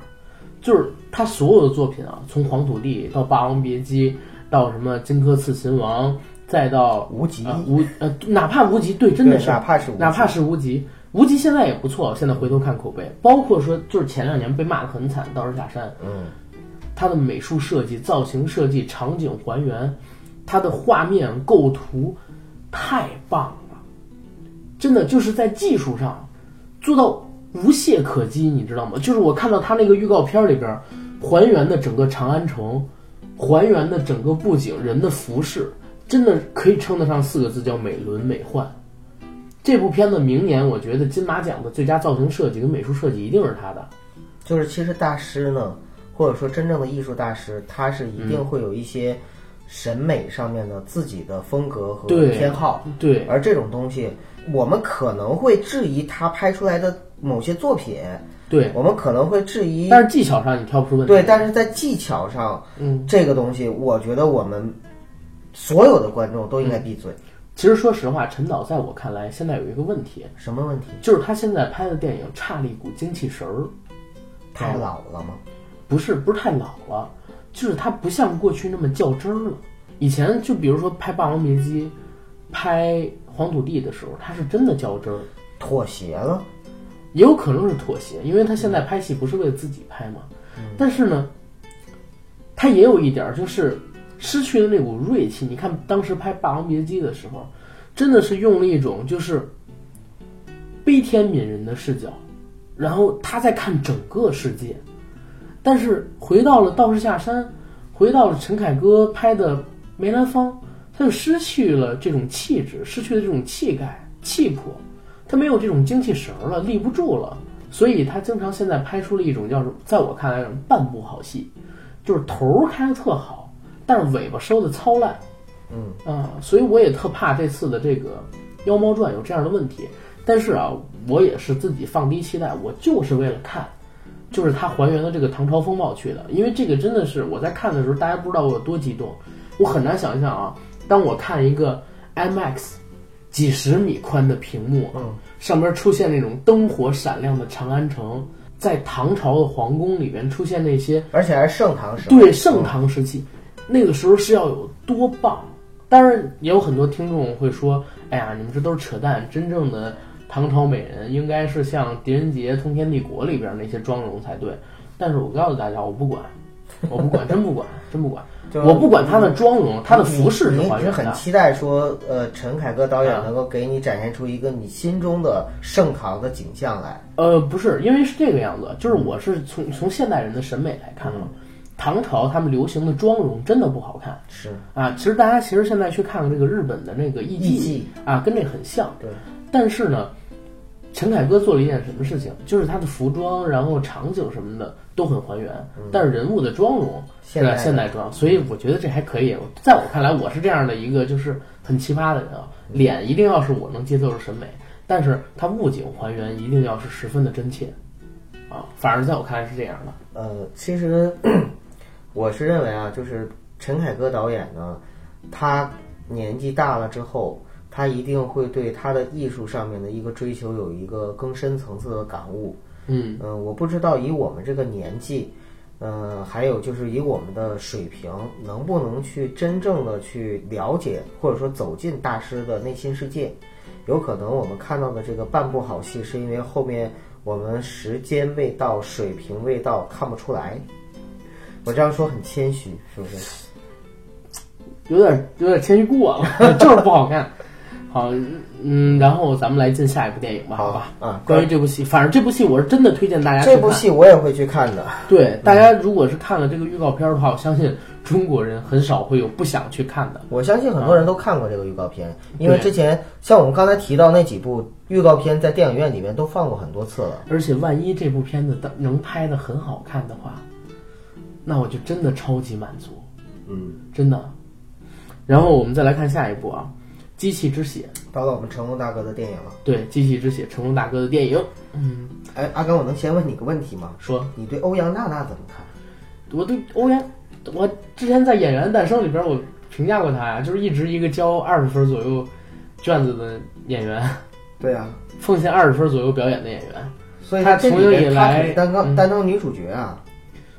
就是他所有的作品啊，从《黄土地》到《霸王别姬》，到什么《荆轲刺秦王》，再到无极啊无呃，哪怕无极，对，真的对是哪怕是无极哪怕是无极，无极现在也不错，现在回头看口碑，包括说就是前两年被骂得很惨，《道士下山》，嗯，它的美术设计、造型设计、场景还原，它的画面构图太棒了，真的就是在技术上做到无懈可击，你知道吗？就是我看到它那个预告片里边还原的整个长安城，还原的整个布景、人的服饰，真的可以称得上四个字叫美轮美奂。这部片子明年我觉得金马奖的最佳造型设计跟美术设计一定是它的，就是其实大师呢，或者说真正的艺术大师，他是一定会有一嗯些审美上面的自己的风格和对偏好，对而这种东西，我们可能会质疑他拍出来的某些作品，对。我们可能会质疑，但是技巧上你挑不出问题。嗯对，但是在技巧上，嗯，这个东西，我觉得我们所有的观众都应嗯该闭嘴。其实说实话，陈导在我看来现在有一个问题，什么问题？就是他现在拍的电影差了一股精气神儿，嗯太老了吗？不是不是太老了，就是他不像过去那么较真儿了。以前就比如说拍《霸王别姬》、拍《黄土地》的时候，他是真的较真儿，妥协了？也有可能是妥协，因为他现在拍戏不是为了自己拍嘛。但是呢，他也有一点儿就是失去了那股锐气。你看当时拍《霸王别姬》的时候，真的是用了一种就是悲天悯人的视角，然后他在看整个世界。但是回到了《道士下山》，回到了陈凯歌拍的《梅兰芳》，他就失去了这种气质，失去了这种气概、气魄。他他没有这种精气神儿了，立不住了，所以他经常现在拍出了一种叫什么，在我看来，半部好戏，就是头儿开的特好，但是尾巴收的糙烂。嗯啊，所以我也特怕这次的这个《妖猫传》有这样的问题。但是啊，我也是自己放低期待，我就是为了看，就是它还原了这个唐朝风貌去的。因为这个真的是我在看的时候，大家不知道我有多激动，我很难想象啊，当我看一个 IMAX 几十米宽的屏幕，嗯，上面出现那种灯火闪亮的长安城，在唐朝的皇宫里面出现那些而且还是盛唐时候。对盛唐时期，那个时候是要有多棒？当然，也有很多听众会说：“哎呀，你们这都是扯淡！真正的唐朝美人应该是像狄仁杰《通天帝国》里边那些妆容才对。”但是我告诉大家，我不管，我不管，真不管，真不管， 就是我不管她的妆容，她的服饰是你还一直原很的。期待说，呃，陈凯歌导演嗯能够给你展现出一个你心中的盛唐的景象来。呃，不是，因为是这个样子，就是我是从从现代人的审美来看啊，嗯唐朝他们流行的妆容真的不好看。是，啊，其实大家其实现在去看看这个日本的那个艺艺伎啊，跟这很像。对，但是呢，陈凯歌做了一件什么事情？就是他的服装，然后场景什么的都很还原，但是人物的妆容是嗯现代吧的现代妆，所以我觉得这还可以。在我看来，我是这样的一个就是很奇葩的人啊，嗯脸一定要是我能接受的审美，但是它物景还原一定要是十分的真切，啊，反而在我看来是这样的。呃，其实我是认为啊，就是陈凯歌导演呢，他年纪大了之后，他一定会对他的艺术上面的一个追求有一个更深层次的感悟。嗯嗯、我不知道以我们这个年纪，呃，还有就是以我们的水平，能不能去真正的去了解，或者说走进大师的内心世界。有可能我们看到的这个半部好戏，是因为后面我们时间未到，水平未到，看不出来。我这样说很谦虚，是不是？有点有点谦虚过了， 就是不好看。好，嗯，然后咱们来进下一部电影吧，好吧？啊，关于这部戏，反正这部戏我是真的推荐大家去这看。部戏嗯我也会去看的。对大家如果是看了这个预告片的话，我相信中国人很少会有不想去看的。我相信很多人都看过这个预告片，因为对之前像我们刚才提到那几部预告片，在电影院里面都放过很多次了。而且万一这部片子当能拍得很好看的话，那我就真的超级满足，嗯，真的。然后我们再来看下一部啊，《机器之血》到了我们成龙大哥的电影了。对，《机器之血》成龙大哥的电影。嗯，哎，阿甘，我能先问你个问题吗？说你对欧阳娜娜怎么看？我对欧阳，我之前在《演员诞生》里边我评价过他呀，就是一直一个交二十分左右卷子的演员，对啊，奉献二十分左右表演的演员。所以她这从里影面以她来只是担嗯当担当女主角啊。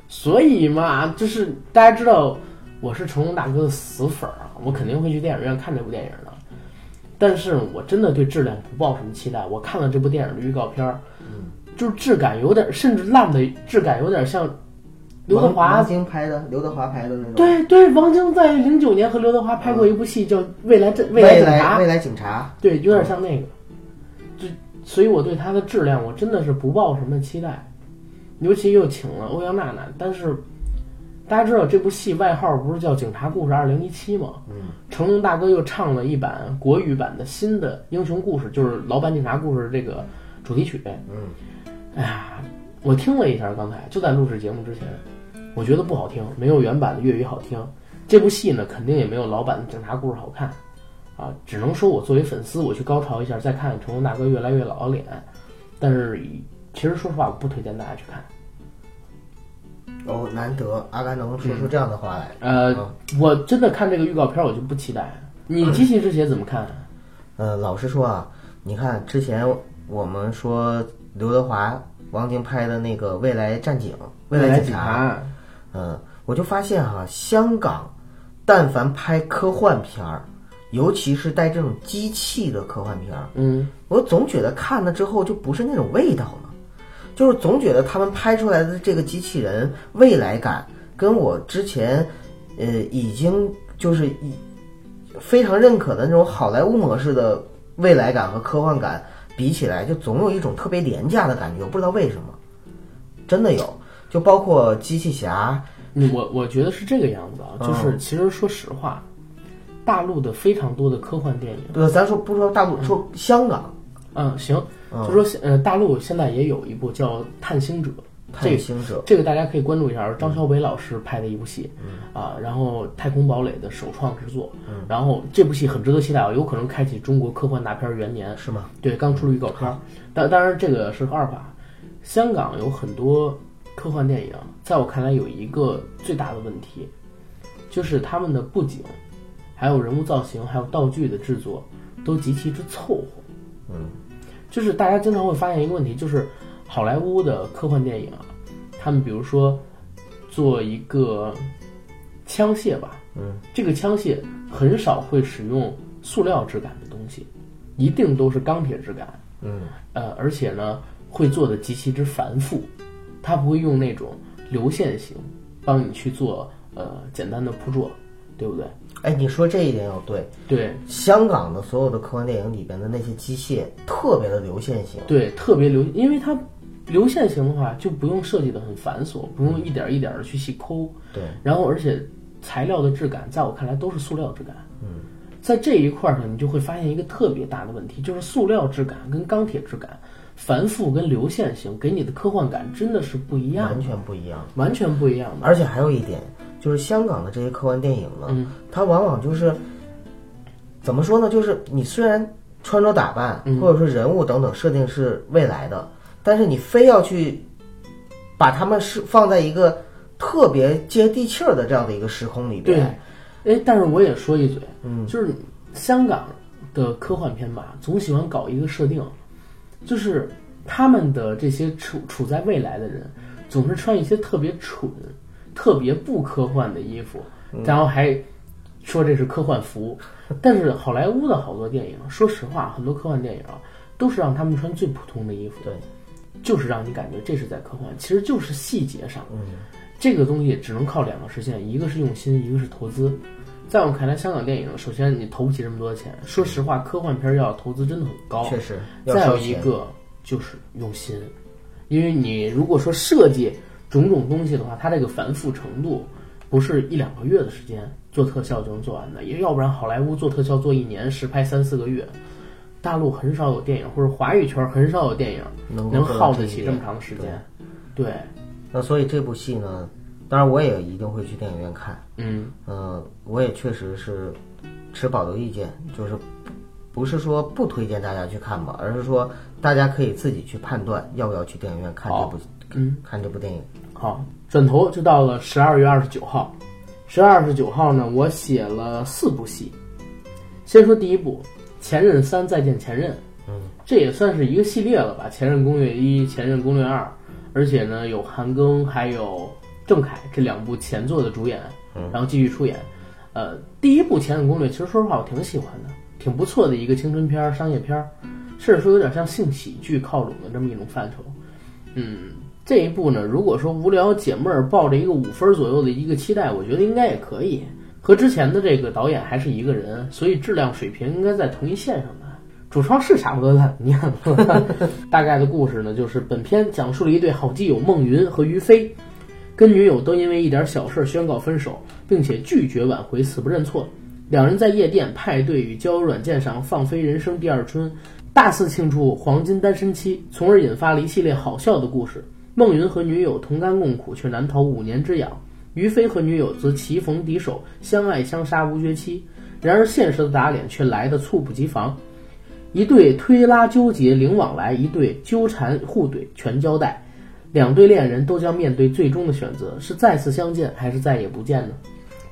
所以嘛，就是大家知道我是成龙大哥的死粉儿啊，我肯定会去电影院看这部电影的。但是我真的对质量不抱什么期待。我看了这部电影的预告片儿，嗯就是质感有点，甚至烂的质感有点像刘德华王王晶拍的，刘德华拍的那种。，对对，王晶在零九年和刘德华拍过一部戏叫《未来这未未来警察来》，未来警察。对，有点像那个。就所以我对它的质量，我真的是不抱什么期待。尤其又请了欧阳娜娜，但是大家知道这部戏外号不是叫《警察故事二零一七》吗？嗯，成龙大哥又唱了一版国语版的新的《英雄故事》，就是《老版警察故事》这个主题曲。嗯，哎呀，我听了一下，刚才就在录制节目之前，我觉得不好听，没有原版的粤语好听。这部戏呢，肯定也没有老版的《警察故事》好看，啊，只能说我作为粉丝，我去高潮一下，再看看成龙大哥越来越老的脸。但是其实说实话，我不推荐大家去看。哦，难得阿甘能嗯说出这样的话来。呃嗯，我真的看这个预告片，我就不期待。你《机器之血》怎么看？啊呃，老实说啊，你看之前我们说刘德华、王晶拍的那个《未来战警》《未来警察》，嗯，我就发现哈、香港但凡拍科幻片儿，尤其是带这种机器的科幻片儿，嗯，我总觉得看了之后就不是那种味道了，就是总觉得他们拍出来的这个机器人未来感跟我之前，呃，已经就是已非常认可的那种好莱坞模式的未来感和科幻感比起来，就总有一种特别廉价的感觉，我不知道为什么，真的有，就包括机器侠，嗯我我觉得是这个样子啊，嗯就是其实说实话，大陆的非常多的科幻电影，呃，咱说不说大陆，说香港，嗯，行，嗯就说现呃，大陆现在也有一部叫《探星者》，这探个星者，这个大家可以关注一下，张小北老师拍的一部戏，啊，然后《太空堡垒》的首创之作，然后这部戏很值得期待啊，有可能开启中国科幻大片元年。是吗？对，刚出了预告片儿，但当然这个是个二话。香港有很多科幻电影，在我看来有一个最大的问题，就是他们的布景、还有人物造型、还有道具的制作都极其之凑合。嗯，就是大家经常会发现一个问题，就是好莱坞的科幻电影啊，他们比如说做一个枪械吧，嗯，这个枪械很少会使用塑料质感的东西，一定都是钢铁质感，嗯，呃，而且呢会做的极其之繁复，它不会用那种流线型帮你去做呃简单的铺做，对不对？哎，你说这一点要对，对香港的所有的科幻电影里边的那些机械特别的流线型，对，特别流，因为它流线型的话就不用设计的很繁琐，不用一点一点的去细抠，对，然后而且材料的质感，在我看来都是塑料质感。嗯，在这一块儿上，你就会发现一个特别大的问题，就是塑料质感跟钢铁质感、繁复跟流线型给你的科幻感真的是不一样完，全不一样。完全不一样的。而且还有一点，就是香港的这些科幻电影呢，嗯它往往就是怎么说呢？就是你虽然穿着打扮，嗯或者说人物等等设定是未来的，但是你非要去把他们是放在一个特别接地气儿的这样的一个时空里对边。，哎，但是我也说一嘴，嗯，就是香港的科幻片吧，总喜欢搞一个设定，就是他们的这些处处在未来的人，总是穿一些特别蠢、特别不科幻的衣服，然后还说这是科幻服。但是好莱坞的好多电影，说实话，很多科幻电影啊，都是让他们穿最普通的衣服，对，就是让你感觉这是在科幻，其实就是细节上。这个东西只能靠两个实现，一个是用心，一个是投资。在我看来，香港电影首先你投不起这么多钱，说实话，科幻片儿要投资真的很高。确实要再烧有一钱。个就是用心，因为你如果说设计种种东西的话，它这个繁复程度不是一两个月的时间做特效就能做完的，也要不然好莱坞做特效做一年实拍三四个月，大陆很少有电影或者华语圈很少有电影能够能做到耗这得一起点这么长的时间。对，那所以这部戏呢，当然我也一定会去电影院看。嗯嗯，我也确实是持保留意见，就是不不是说不推荐大家去看吧，而是说大家可以自己去判断要不要去电影院看这部嗯，看这部电影。好，转头就到了十二月二十九号。十二月二十九号呢，我写了四部戏。先说第一部《前任三：再见前任》，嗯，这也算是一个系列了吧，《前任攻略一》《前任攻略二》，而且呢有韩庚还有郑恺这两部前作的主演，然后继续出演。呃，第一部《前任攻略》其实说实话我挺喜欢的，挺不错的一个青春片儿、商业片儿，甚至说有点像性喜剧靠拢的这么一种范畴。嗯，这一部呢，如果说无聊解闷儿，抱着一个五分左右的一个期待，我觉得应该也可以。和之前的这个导演还是一个人，所以质量水平应该在同一线上的。主创是差不多的，你看， 大概的故事呢，就是本片讲述了一对好基友孟云和于飞，跟女友都因为一点小事宣告分手，并且拒绝挽回，死不认错。两人在夜店、派对与交友软件上放飞人生第二春，大肆庆祝黄金单身期，从而引发了一系列好笑的故事。孟云和女友同甘共苦，却难逃五年之痒；于飞和女友则棋逢敌手，相爱相杀无绝期。然而现实的打脸却来得猝不及防，一对推拉纠结零往来，一对纠缠互怼全交代。两对恋人都将面对最终的选择：是再次相见，还是再也不见呢？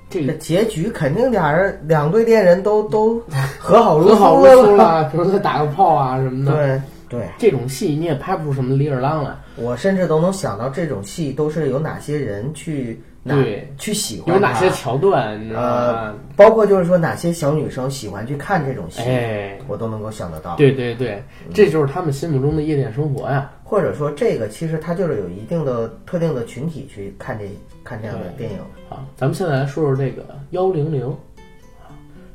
这这个结局肯定俩人两对恋人都 都和好如和好如初初了。了，比如说打个炮啊什么的。对对，这种戏你也拍不出什么里尔浪来，我甚至都能想到这种戏都是有哪些人去哪对去喜欢有哪它些桥段，你知道呃吗？，包括就是说哪些小女生喜欢去看这种戏，哎，我都能够想得到。对对对，这就是他们心目中的夜店生活呀。或者说这个其实它就是有一定的特定的群体去看这看这样的电影。啊，咱们现在来说说这个幺零零，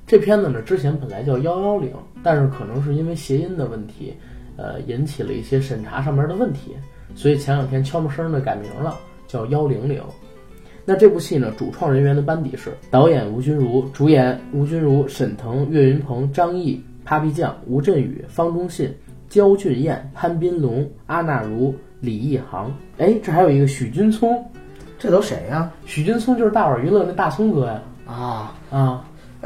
这片子呢之前本来叫幺幺零，但是可能是因为谐音的问题，呃，引起了一些审查上面的问题，所以前两天悄没声的改名了，叫幺零零。那这部戏呢，主创人员的班底是导演吴君如，主演吴君如、沈腾、岳云鹏、张译、Papi 酱、吴镇宇、方中信、焦俊艳、潘斌龙、阿那茹、李易航。哎，这还有一个许君聪，这都谁呀、许君聪就是大碗娱乐那大聪哥呀。啊？啊，啊，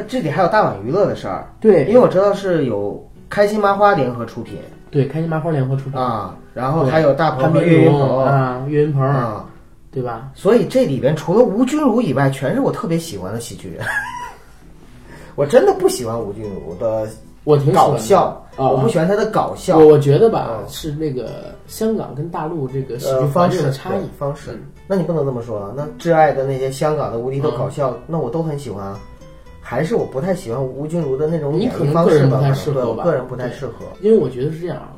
这里还有大碗娱乐的事儿，因对为我知道是有开心麻花联合出品对，开心麻花联合出品，啊，然后还有大鹏潘和斌岳云龙鹏啊，岳云鹏，啊，对吧？所以这里边除了吴君如以外，全是我特别喜欢的喜剧人。 我真的不喜欢吴君如的我挺喜欢搞的笑，啊嗯我不喜欢他的搞笑我我觉得吧，嗯是那个香港跟大陆这个喜呃剧方方式式的差异对。方式。那你不能这么说啊！那挚爱的那些香港的无厘头嗯搞笑，那我都很喜欢啊。还是我不太喜欢吴君如的那种你演可能绎方个式人吧，不太可能适对合我吧个人不太对适合。因为我觉得是这样啊，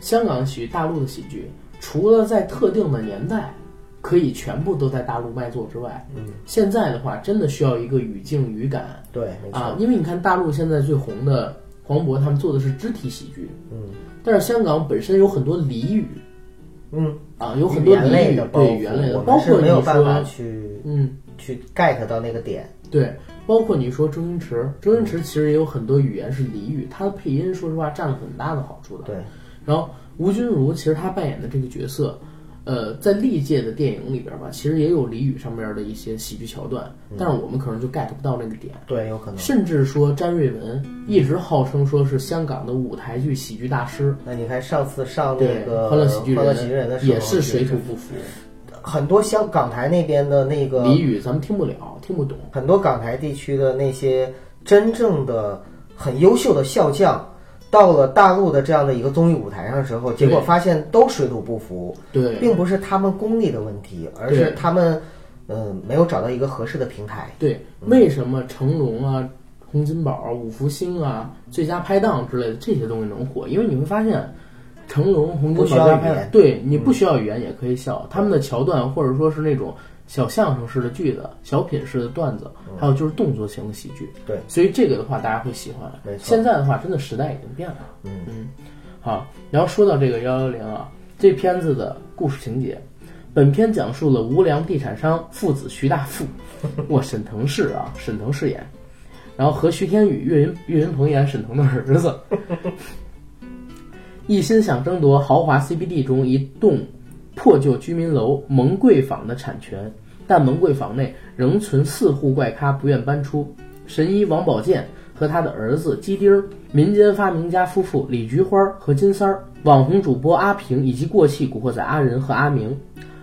香港的喜剧、大陆的喜剧，除了在特定的年代可以全部都在大陆卖座之外，嗯，现在的话真的需要一个语境语感对，没错。啊，因为你看大陆现在最红的黄渤他们做的是肢体喜剧，嗯但是香港本身有很多俚语嗯，啊，有很多语言俚类语的包对袱语言类的，我包们是括你没有办法说去嗯。去 get 到那个点。对，包括你说周星嗯驰，周星驰其实也有很多语言是俚语，他的配音说实话占了很大的好处的。对，然后吴君如其实她扮演的这个角色，呃，在历届的电影里边吧，其实也有俚语上面的一些喜剧桥段，嗯但是我们可能就 get 不到那个点。对，有可能。甚至说詹瑞文一直号称说是香港的舞台剧喜剧大师，那你看上次上那对个《欢乐喜剧人》人的时候，也是水土不服，很多香港台那边的那个俚语咱们听不了，听不懂。很多港台地区的那些真正的很优秀的笑匠，到了大陆的这样的一个综艺舞台上的时候，结对果发现都水土不服，对，并不是他们功力的问题，而是他们嗯、呃没有找到一个合适的平台。对，为什么成龙啊、洪金宝啊、五福星啊、最佳拍档之类的这些东西能火？因为你会发现，成龙、洪金不需宝要最佳语拍档言，对你不需要语言也可以笑，他们的桥段或者说是那种小相声式的句子、小品式的段子，嗯还有就是动作型的喜剧。对，所以这个的话大家会喜欢没。错现在的话，真的时代已经变了。嗯好，然后说到这个幺幺零啊，这片子的故事情节，本片讲述了无良地产商父子徐大 富，我沈腾饰啊，沈腾饰演，然后和徐天宇、岳云岳云鹏演沈腾的儿子，一心想争夺豪华 CBD 中一栋破旧居民楼蒙贵坊的产权，但蒙贵坊内仍存四户怪咖不愿搬出。神医王宝健和他的儿子鸡丁儿，民间发明家夫妇李菊花和金三儿，网红主播阿平以及过气古惑仔阿仁和阿明。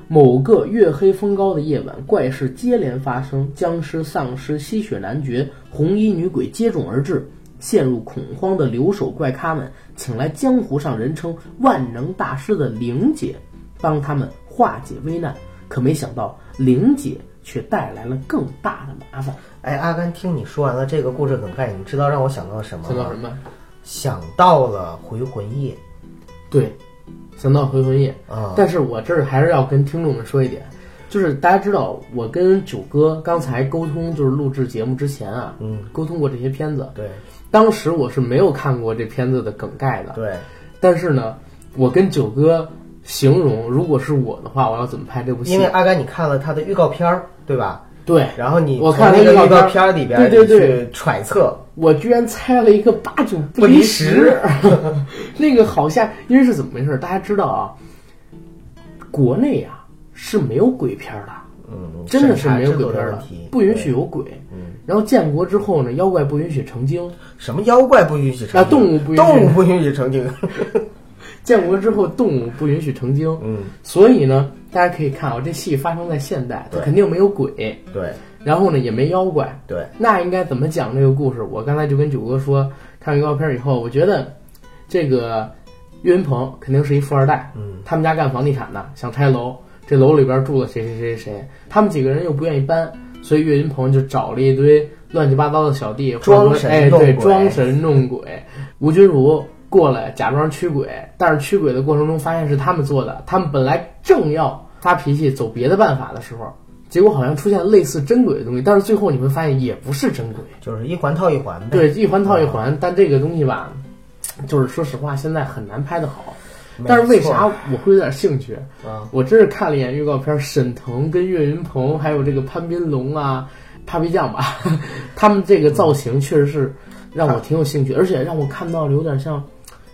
某个月黑风高的夜晚，怪事接连发生，僵尸、丧尸、吸血男爵、红衣女鬼接踵而至。陷入恐慌的留守怪咖们，请来江湖上人称“万能大师”的玲姐，帮他们化解危难。可没想到，玲姐却带来了更大的麻烦。哎，阿甘，听你说完了这个故事梗概，你知道让我想到了什么想到什吗？么？想到了《回魂夜对，想到回魂夜。》啊，但是我这儿还是要跟听众们说一点，就是大家知道，我跟九哥刚才沟通，就是录制节目之前啊，嗯，沟通过这些片子。对当时我是没有看过这片子的梗概的，对，但是呢，我跟九哥形容，如果是我的话，我要怎么拍这部戏？因为阿甘你看了他的预告片儿，对吧？对然后你我从看了那个预告预告片儿片儿里边，对对对，去揣测我居然猜了一个八九不离离十， 那个好吓，因为是怎么回事？大家知道啊，国内啊是没有鬼片儿的，嗯，真的审是查没有制鬼度片的儿问的题，，嗯不允许有鬼。然后建国之后呢，妖怪不允许成精。什么妖怪不允许成精？啊动物不允许动物不允许成 精。建国之后，动物不允许成精。嗯，所以呢，大家可以看啊，这戏发生在现代，它对肯定没有鬼，对然后呢也没妖怪。对，那应该怎么讲这个故事？我刚才就跟九哥说，看预告片以后，我觉得这个岳云鹏肯定是一富二代，嗯，他们家干房地产的，想拆楼，这楼里边住了谁谁谁谁谁，他们几个人又不愿意搬，所以岳云鹏就找了一堆乱七八糟的小弟，或者说装神哎弄对，鬼装神弄鬼。吴君如过来假装驱鬼，但是驱鬼的过程中发现是他们做的，他们本来正要发脾气走别的办法的时候。结果好像出现类似真鬼的东西，但是最后你会发现也不是真鬼，就是一环套一环呗。，对，一环套一环。但这个东西吧，就是说实话，现在很难拍得好。但是为啥我会有点兴趣？啊？我真是看了一眼预告片，沈腾跟岳云鹏，还有这个潘斌龙啊、帕皮酱吧， 他们这个造型确实是让我挺有兴趣，而且让我看到了有点像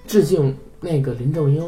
致敬那个林正英，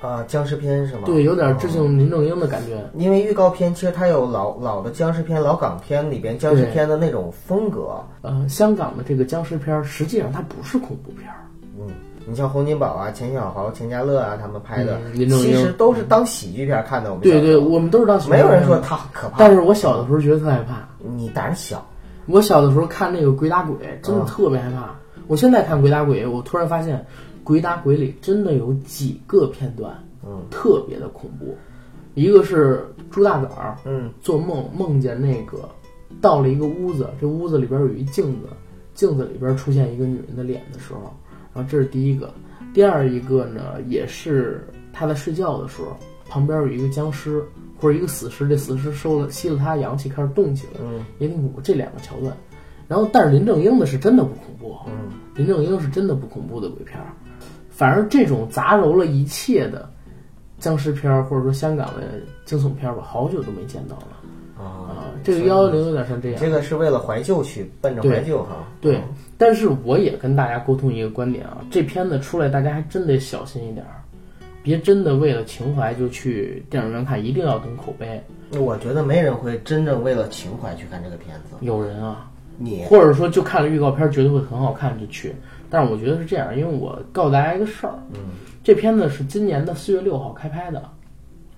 啊，僵尸片是吗？对，有点致哦敬林正英的感觉。因为预告片其实它有老老的僵尸片、老港片里边僵尸片的那种风格。呃，香港的这个僵尸片儿实际上它不是恐怖片儿，嗯，你像洪金宝啊、钱小豪、钱嘉乐啊他们拍的，嗯林正英其实都是当喜剧片看的。我们对小时对，候我们都知道喜剧没有人片说嘛它可怕，但是我小的时候觉得特害怕。你胆小。我小的时候看那个《鬼打鬼》，真的啊特别害怕。我现在看《鬼打鬼》，我突然发现，《鬼打鬼》里真的有几个片段，嗯，特别的恐怖。一个是猪大枣儿嗯做梦梦见那个到了一个屋子，这屋子里边有一镜子，镜子里边出现一个女人的脸的时候，然后这是第一个。第二一个呢，也是他在睡觉的时候，旁边有一个僵尸或者一个死尸，这死尸收了吸了他阳气，开始动起来。嗯野挺谷这两个桥段。然后，但是林正英的是真的不恐怖，嗯，林正英是真的不恐怖的鬼片儿。反而这种杂糅了一切的僵尸片儿，或者说香港的惊悚片儿吧，好久都没见到了啊，啊。这个幺幺零有点像这你样，这个是为了怀旧去，奔着对怀旧哈。对。但是我也跟大家沟通一个观点啊，这片子出来大家还真得小心一点儿，别真的为了情怀就去电影院看，一定要懂口碑。我觉得没人会真正为了情怀去看这个片子。有人啊，你或者说就看了预告片，觉得会很好看就去。但是我觉得是这样，因为我告诉大家一个事儿，嗯，这片子是今年的四月六号开拍的，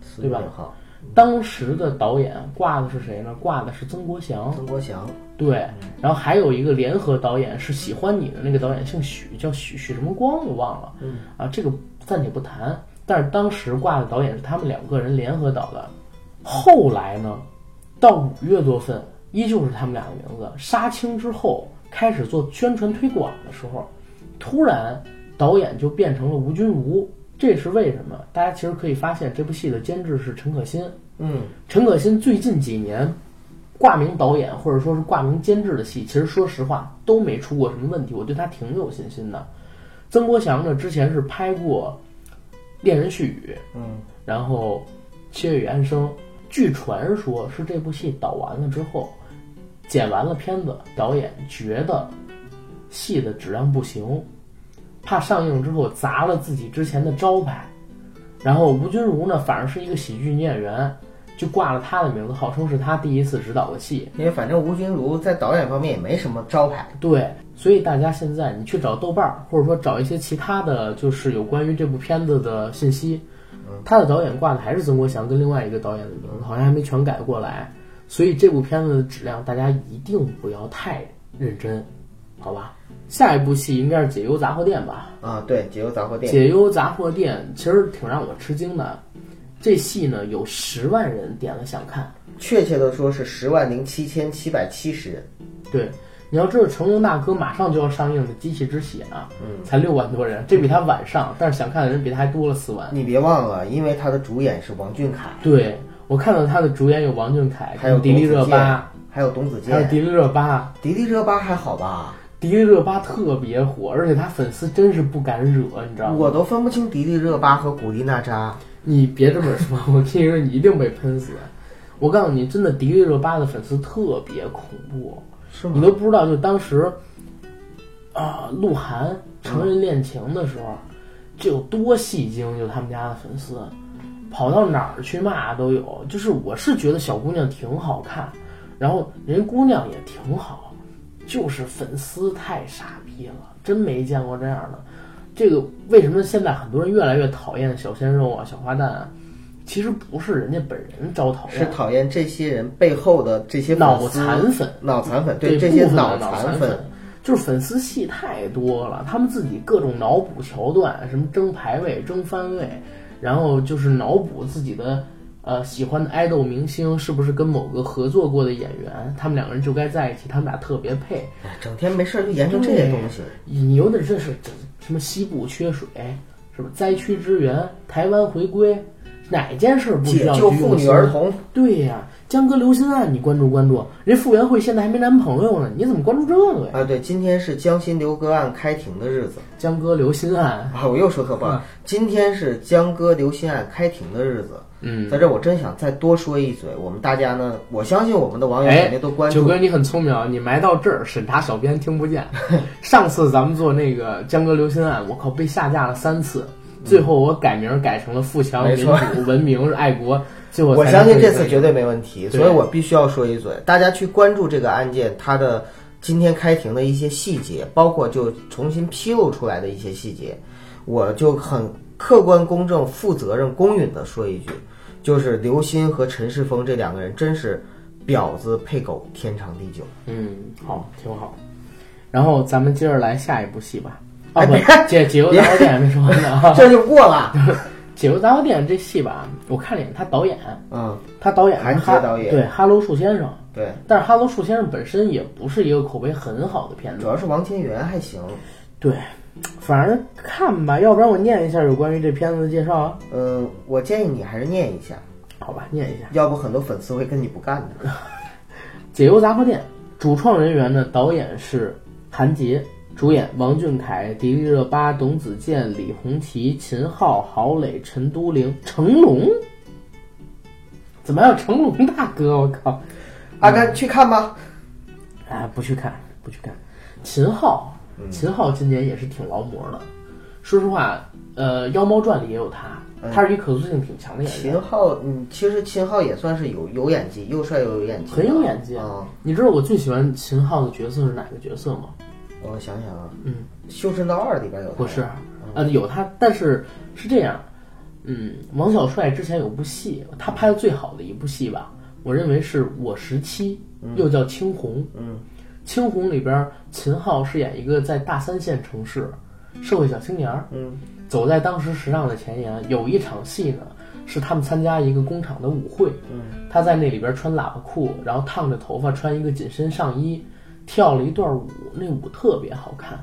四对月吧六号，当时的导演挂的是谁呢？挂的是曾国祥，曾国祥，对，然后还有一个联合导演是喜欢你的那个导演，姓许，叫许许什么光，我忘了，嗯啊，这个暂且不谈。但是当时挂的导演是他们两个人联合导的，后来呢，到五月多份，依旧是他们俩的名字。杀青之后，开始做宣传推广的时候，突然导演就变成了吴君如，这是为什么？大家其实可以发现，这部戏的监制是陈可辛。嗯陈可辛最近几年挂名导演或者说是挂名监制的戏，其实说实话都没出过什么问题，我对他挺有信心的。曾国祥呢，之前是拍过《恋人絮语》，嗯，然后《七月与安生》，据传说是这部戏导完了之后，剪完了片子，导演觉得戏的质量不行，怕上映之后砸了自己之前的招牌，然后吴君如呢，反而是一个喜剧女演员，就挂了她的名字，号称是她第一次执导的戏。因为反正吴君如在导演方面也没什么招牌。对，所以大家现在你去找豆瓣儿，或者说找一些其他的就是有关于这部片子的信息，他的导演挂的还是曾国祥跟另外一个导演的名字，好像还没全改过来。所以这部片子的质量，大家一定不要太认真，好吧？下一部戏应该是《解忧杂货店》吧？啊，对，解忧杂货店，解忧杂货店其实挺让我吃惊的，这戏呢有十万人点了想看。确切的说是十万零七千七百七十人。对，你要知道成龙大哥马上就要上映的《机器之血》啊，嗯才六万多人，这比他晚上，但是想看的人比他还多了四万。你别忘了，因为他的主演是王俊凯，对我看到他的主演有王俊凯、还有迪丽热巴，还有董子健，还有迪丽热巴。迪丽热巴还好吧？迪丽热巴特别火，而且她粉丝真是不敢惹，你知道吗？我都分不清迪丽热巴和古力娜扎。你别这么说， 我跟你说，你一定被喷死。我告诉你，真的，迪丽热巴的粉丝特别恐怖，是你都不知道，就当时啊，鹿晗成人恋情的时候，这有多戏精，就他们家的粉丝，跑到哪儿去骂都有。就是我是觉得小姑娘挺好看，然后人姑娘也挺好，就是粉丝太傻逼了，真没见过这样的。这个为什么现在很多人越来越讨厌小鲜肉啊、小花旦啊？其实不是人家本人招讨是厌，讨厌这些人背后的这些粉哎脑丝残粉。脑残粉，对这些部分的残残粉，，就是粉丝戏太多了，他们自己各种脑补桥段，什么争排位、争番位，然后就是脑补自己的呃喜欢的爱豆明星是不是跟某个合作过的演员，他们两个人就该在一起，他们俩特别配。哎整天没事儿就研究这些东西。你有点这是这什么西部缺水，是吧？灾区支援，台湾回归，哪件事不需解要救去妇用女心儿童，对呀、江歌《流心案》，你关注关注。人傅园慧现在还没男朋友呢，你怎么关注这个呀？啊，对，今天是江心刘歌案开庭的日子江歌《流心案啊，我又说错不好，今天是江歌刘心案开庭的日子。》，嗯，在这儿我真想再多说一嘴，我们大家呢，我相信我们的网友肯哎定都，关九注。哥你很聪明，啊，你埋到这儿，审查 小编听不见。上次咱们做那个江歌《流心案》，我靠，被下架了三次。最后我改名改成了富强、嗯没民错主、文明、爱 国。最后我才相信能这回次归绝对没问题，对所以我必须要说一嘴，大家去关注这个案件，它的今天开庭的一些细节，包括就重新披露出来的一些细节，我就很客观、公正、负责任、公允的说一句，就是刘鑫和陈世峰这两个人真是婊子配狗，天长地久。嗯，好，挺好。然后咱们接着来下一部戏吧。啊，哎不别，解解忧杂货店还没说完呢啊。这就过 了，解忧杂货店这戏吧，我看了一眼，他导演，嗯，他导演韩是哈杰导演对《哈喽树先生》，对，但是《哈喽树先生》本身也不是一个口碑很好的片主子。要是王千源还行，对，反正看吧，要不然我念一下有关于这片子的介绍啊。嗯，我建议你还是念一下，好吧，念一下。要不很多粉丝会跟你不干的。解忧杂货店主创人员呢，导演是韩杰，主演王俊凯、迪丽热巴、董子健、李红旗、秦昊、郝蕾、陈都灵、成龙。怎么还有成龙大哥？我靠！阿甘去看吧，啊，不去看，不去看。秦昊，嗯秦昊今年也是挺劳模的。说实话，呃，《妖猫传》里也有他，他是一可塑性挺强的演员。嗯秦昊，嗯，其实秦昊也算是有有演技，又帅又有演技的，很有演技啊、你知道我最喜欢秦昊的角色是哪个角色吗？我想想啊，嗯， 《修神道二》里边有嗯他不是，呃，有他，但是是这样，嗯，王小帅之前有部戏，他拍的最好的一部戏吧，我认为是我十七，又叫青红，嗯，青红里边秦昊是演一个在大三线城市社会小青年，嗯，走在当时时尚的前沿。有一场戏呢，是他们参加一个工厂的舞会，嗯，他在那里边穿喇叭裤，然后烫着头发，穿一个紧身上衣，跳了一段舞，那舞特别好看，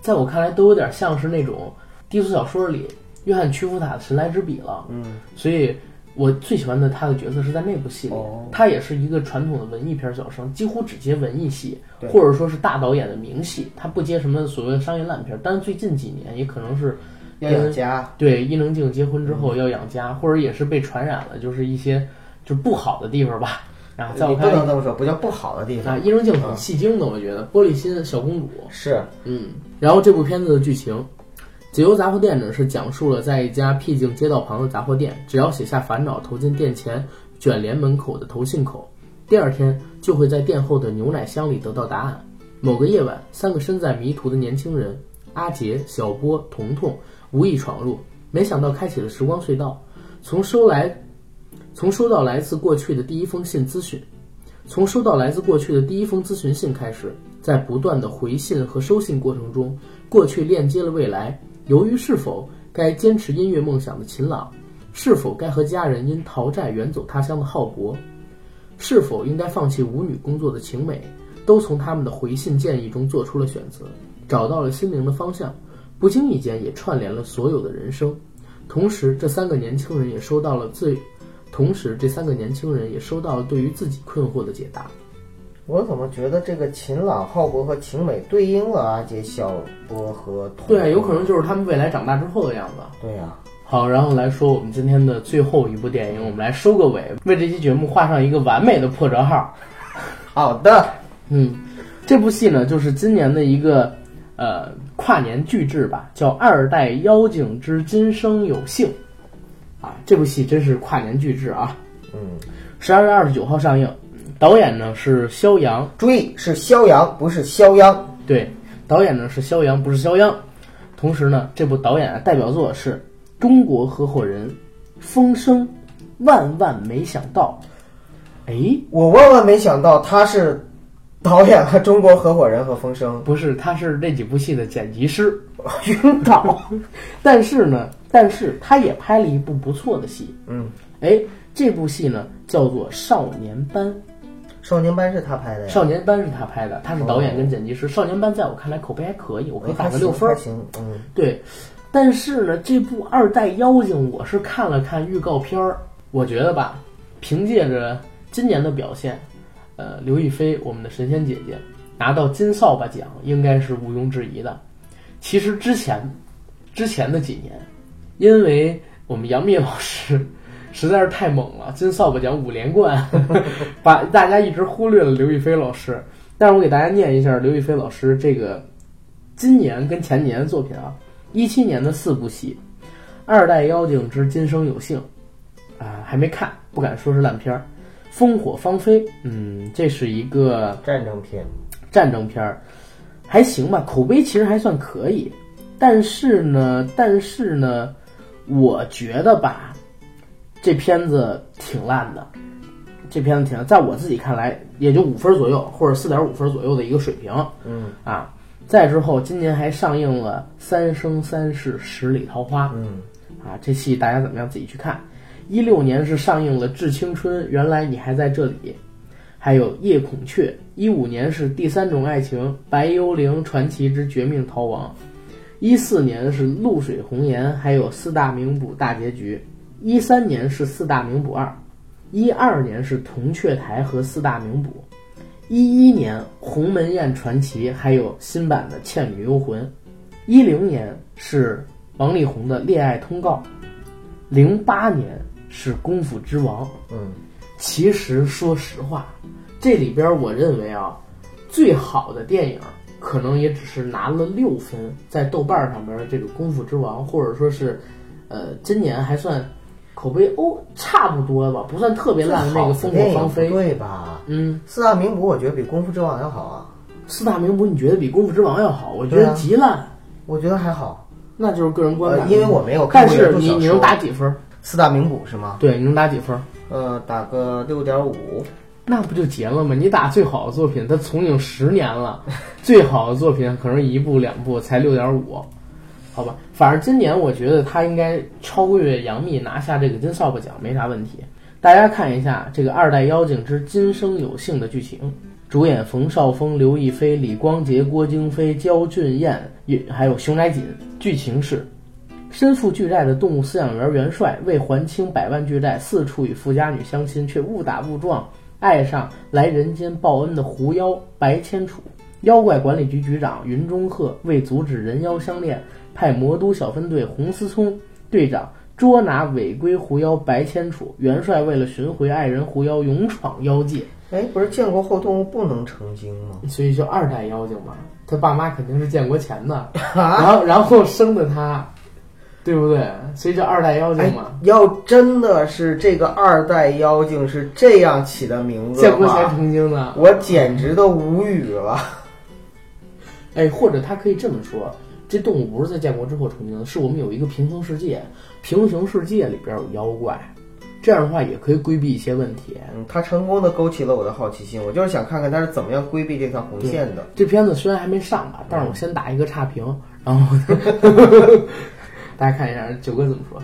在我看来都有点像是那种低俗小说里约翰·屈伏塔的《神来之笔》了，嗯，所以。我最喜欢的他的角色是在那部戏里，哦他也是一个传统的文艺片小生，几乎只接文艺戏，或者说是大导演的名戏，他不接什么所谓的商业烂片。但是最近几年也可能是要养家，对伊能静结婚之后要养家，或者也是被传染了，就是一些就是不好的地方吧。然后在你我不看来能这么说，不叫不好的地方，啊，伊能静挺戏精的，我觉得玻璃心小公主，是嗯。然后这部片子的剧情。解忧杂货店呢，是讲述了在一家僻静街道旁的杂货店，只要写下烦恼投进店前卷帘门口的投信口，第二天就会在店后的牛奶箱里得到答案。某个夜晚，三个身在迷途的年轻人阿杰、小波、彤彤无意闯入，没想到开启了时光隧道。从收来，从收到来自过去的第一封信咨询，从收到来自过去的第一封咨询信开始，在不断的回信和收信过程中，过去链接了未来。由于是否该坚持音乐梦想的秦朗，是否该和家人因逃债远走他乡的浩博，是否应该放弃舞女工作的晴美，都从他们的回信建议中做出了选择，找到了心灵的方向，不经意间也串联了所有的人生。同时，这三个年轻人也收到了最，同时这三个年轻人也收到了对于自己困惑的解答。我怎么觉得这个秦朗、浩博和秦美对应了阿杰、小波和童对啊，有可能就是他们未来长大之后的样子。对啊呀、好，然后来说我们今天的最后一部电影，我们来收个尾，为这期节目画上一个完美的破折号。好的，嗯，这部戏呢，就是今年的一个呃跨年巨制吧，叫《二代妖精之今生有幸》啊，这部戏真是跨年巨制啊！嗯，十二月二十九号上映，导演呢是肖阳，注意是肖阳，不是肖央，对，导演呢是肖央，不是肖央。同时呢，这部导演啊代表作是《中国合伙人》《风声》《万万没想到》。哎，我万万没想到他是导演了《中国合伙人》和《风声不是，他是这几部戏的剪辑师、 晕导。但是呢，但是他也拍了一部不错的戏。嗯，哎，这部戏呢叫做《少年班》，》，少年班是他拍的《呀。少年班》是他拍的，他是导演哦跟剪辑师。少年班》在我看来口碑还可以，我可以哎打还个行六分儿还。行，嗯，对，但是呢，这部《二代妖精》我是看了看预告片儿，我觉得吧，凭借着今年的表现，呃，刘亦菲我们的神仙姐姐拿到金扫把奖应该是毋庸置疑的。其实之前之前的几年，因为我们杨幂老师。实在是太猛了，金扫把奖五连冠， 把大家一直忽略了刘亦菲老师。但是我给大家念一下刘亦菲老师这个今年跟前年的作品啊，一七年的四部戏，二代妖精之今生有幸》，啊，还没看，不敢说是烂片儿。《烽火芳菲》，嗯，这是一个战争片，战争片儿，还行吧，口碑其实还算可以。但是呢，但是呢，我觉得吧，这片子挺烂的，这片子挺烂，在我自己看来也就五分左右，或者四点五分左右的一个水平嗯啊。再之后，今年还上映了《三生三世十里桃花》嗯，啊，这戏大家怎么样自己去看。一六年是上映了《致青春》，原来你还在这里，还有《夜孔雀》。一五年是《第三种爱情》，《白幽灵传奇之绝命逃亡》。一四年是《露水红颜》，还有《四大名捕大结局》。一三年是《四大名捕二》，一二年是《铜雀台》和《四大名捕》。一一年《鸿门宴传奇》，还有新版的《倩女幽魂》。一零年是王力宏的《恋爱通告》，零八年是《功夫之王》。嗯，其实说实话，这里边我认为啊，最好的电影可能也只是拿了六分，在豆瓣上边的这个《功夫之王》，或者说是，呃，今年还算口碑哦差不多吧，不算特别烂的那个《烽火芳菲》。对吧？嗯，四大名捕我觉得比功夫之王要好啊，四大名捕你觉得比《功夫之王》要好？我觉对得啊极烂，我觉得还好。那就是个人观感呃，了。因为我没有看但过原是著小你说。你能打几分？四大名捕是吗？对，你能打几分？呃，打个六点五。那不就结了吗？你打最好的作品，它从影十年了，最好的作品可能一部两部才六点五，好吧。反正今年我觉得他应该超越杨幂拿下这个金扫把奖没啥问题。大家看一下这个《二代妖精之今生有幸》的剧情，主演冯绍峰、刘亦菲、李光洁、郭京飞、焦俊艳，也还有熊乃瑾。剧情是身负巨债的动物饲养员元帅，为还清百万巨债，四处与富家女相亲，却误打误撞爱上来人间报恩的狐妖白千楚。妖怪管理局局长云中鹤为阻止人妖相恋，派魔都小分队红思聪队长捉拿违规狐妖白千楚。元帅为了寻回爱人狐妖，勇闯妖界，哎，不是建国后动物不能成精吗？所以就二代妖精嘛。他爸妈肯定是建国前 的，然后然后生的他，对不对？所以叫二代妖精哎嘛。，要真的是这个二代妖精是这样起的名字建的国前话，成精的，我简直都无语了。哎，或者他可以这么说，这动物不是在建国之后成精的，是我们有一个平行世界，平行世界里边有妖怪，这样的话也可以规避一些问题。嗯，他成功的勾起了我的好奇心，我就是想看看他是怎么样规避这条红线的。这片子虽然还没上吧，但是我先打一个差评，然后大家看一下九哥怎么说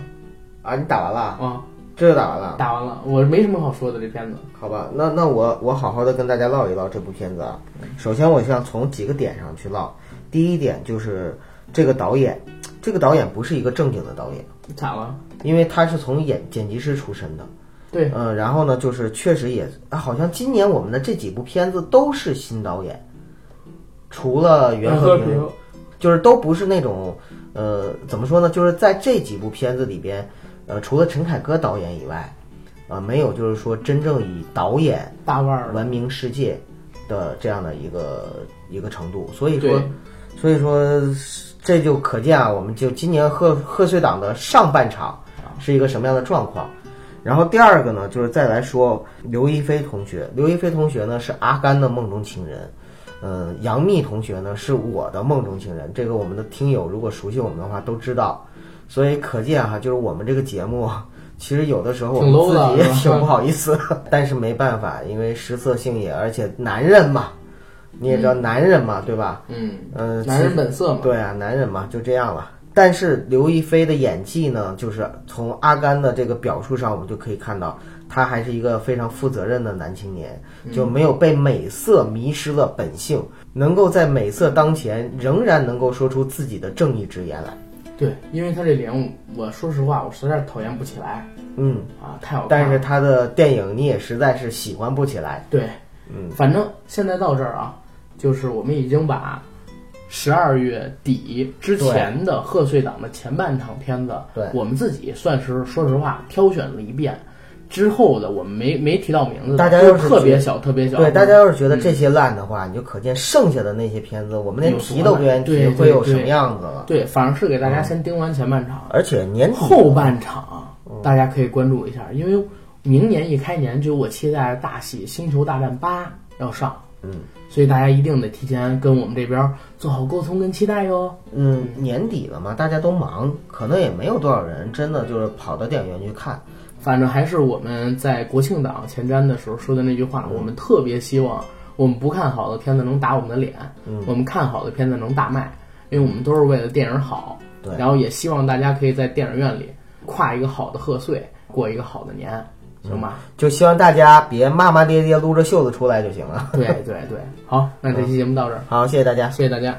啊，你打完了，啊？这就打完了，打完了，我没什么好说的这片子。好吧？那那我我好好的跟大家唠一唠这部片子啊。首先，我想从几个点上去唠。第一点就是这个导演，这个导演不是一个正经的导演，咋了？因为他是从演剪辑师出身的。对，嗯，然后呢，就是确实也，啊好像今年我们的这几部片子都是新导演，除了袁袁和和平，就是都不是那种，呃，怎么说呢？就是在这几部片子里边，呃，除了陈凯歌导演以外，呃，没有就是说真正以导演大腕儿了，闻名世界的这样的一个一个程度，所以说对，所以说这就可见啊，我们就今年贺贺岁档的上半场啊是一个什么样的状况。然后第二个呢，就是再来说刘亦菲同学，刘亦菲同学呢是阿甘的梦中情人。嗯，杨幂同学呢是我的梦中情人，这个我们的听友如果熟悉我们的话都知道，所以可见哈、就是我们这个节目其实有的时候我挺 low 的啊们自己也是吧挺不好意思， 但是没办法，因为食色性也，而且男人嘛，你也知道男人嘛，对吧？嗯，嗯、男人本色嘛。对啊，男人嘛，就这样了。但是刘亦菲的演技呢，就是从阿甘的这个表述上，我们就可以看到，他还是一个非常负责任的男青年，嗯就没有被美色迷失了本性，能够在美色当前，仍然能够说出自己的正义之言来。对，因为他这脸，我我说实话，我实在是讨厌不起来嗯，啊，太好看了。但是他的电影你也实在是喜欢不起来。对，嗯，反正现在到这儿啊，就是我们已经把十二月底之前的贺岁档的前半场片子，对我们自己算是说实话挑选了一遍。之后的我们没没提到名字的，大家都要是是特别觉小，特别小。对，大家要是觉得这些烂的话，你就可见剩下的那些片子，我们连有多提都烂不愿意提对，会对有什么对样子了。对，反而是给大嗯家先盯完前半场，而且年底后半场嗯大家可以关注一下，因为明年一开年就有我期待的大戏《星球大战八》要上，嗯，所以大家一定得提前跟我们这边做好沟通跟期待哟。嗯，年底了嘛，大家都忙，可能也没有多少人真的就是跑到电影院去看。反正还是我们在国庆档前瞻的时候说的那句嗯话，我们特别希望我们不看好的片子能打我们的脸，嗯我们看好的片子能大卖，因为我们都是为了电影好。对然后也希望大家可以在电影院里跨一个好的贺岁，过一个好的年，行吧？就希望大家别骂骂咧咧，撸着袖子出来就行了。对对对，好，那这期节目到这儿，好，谢谢大家。谢谢大家。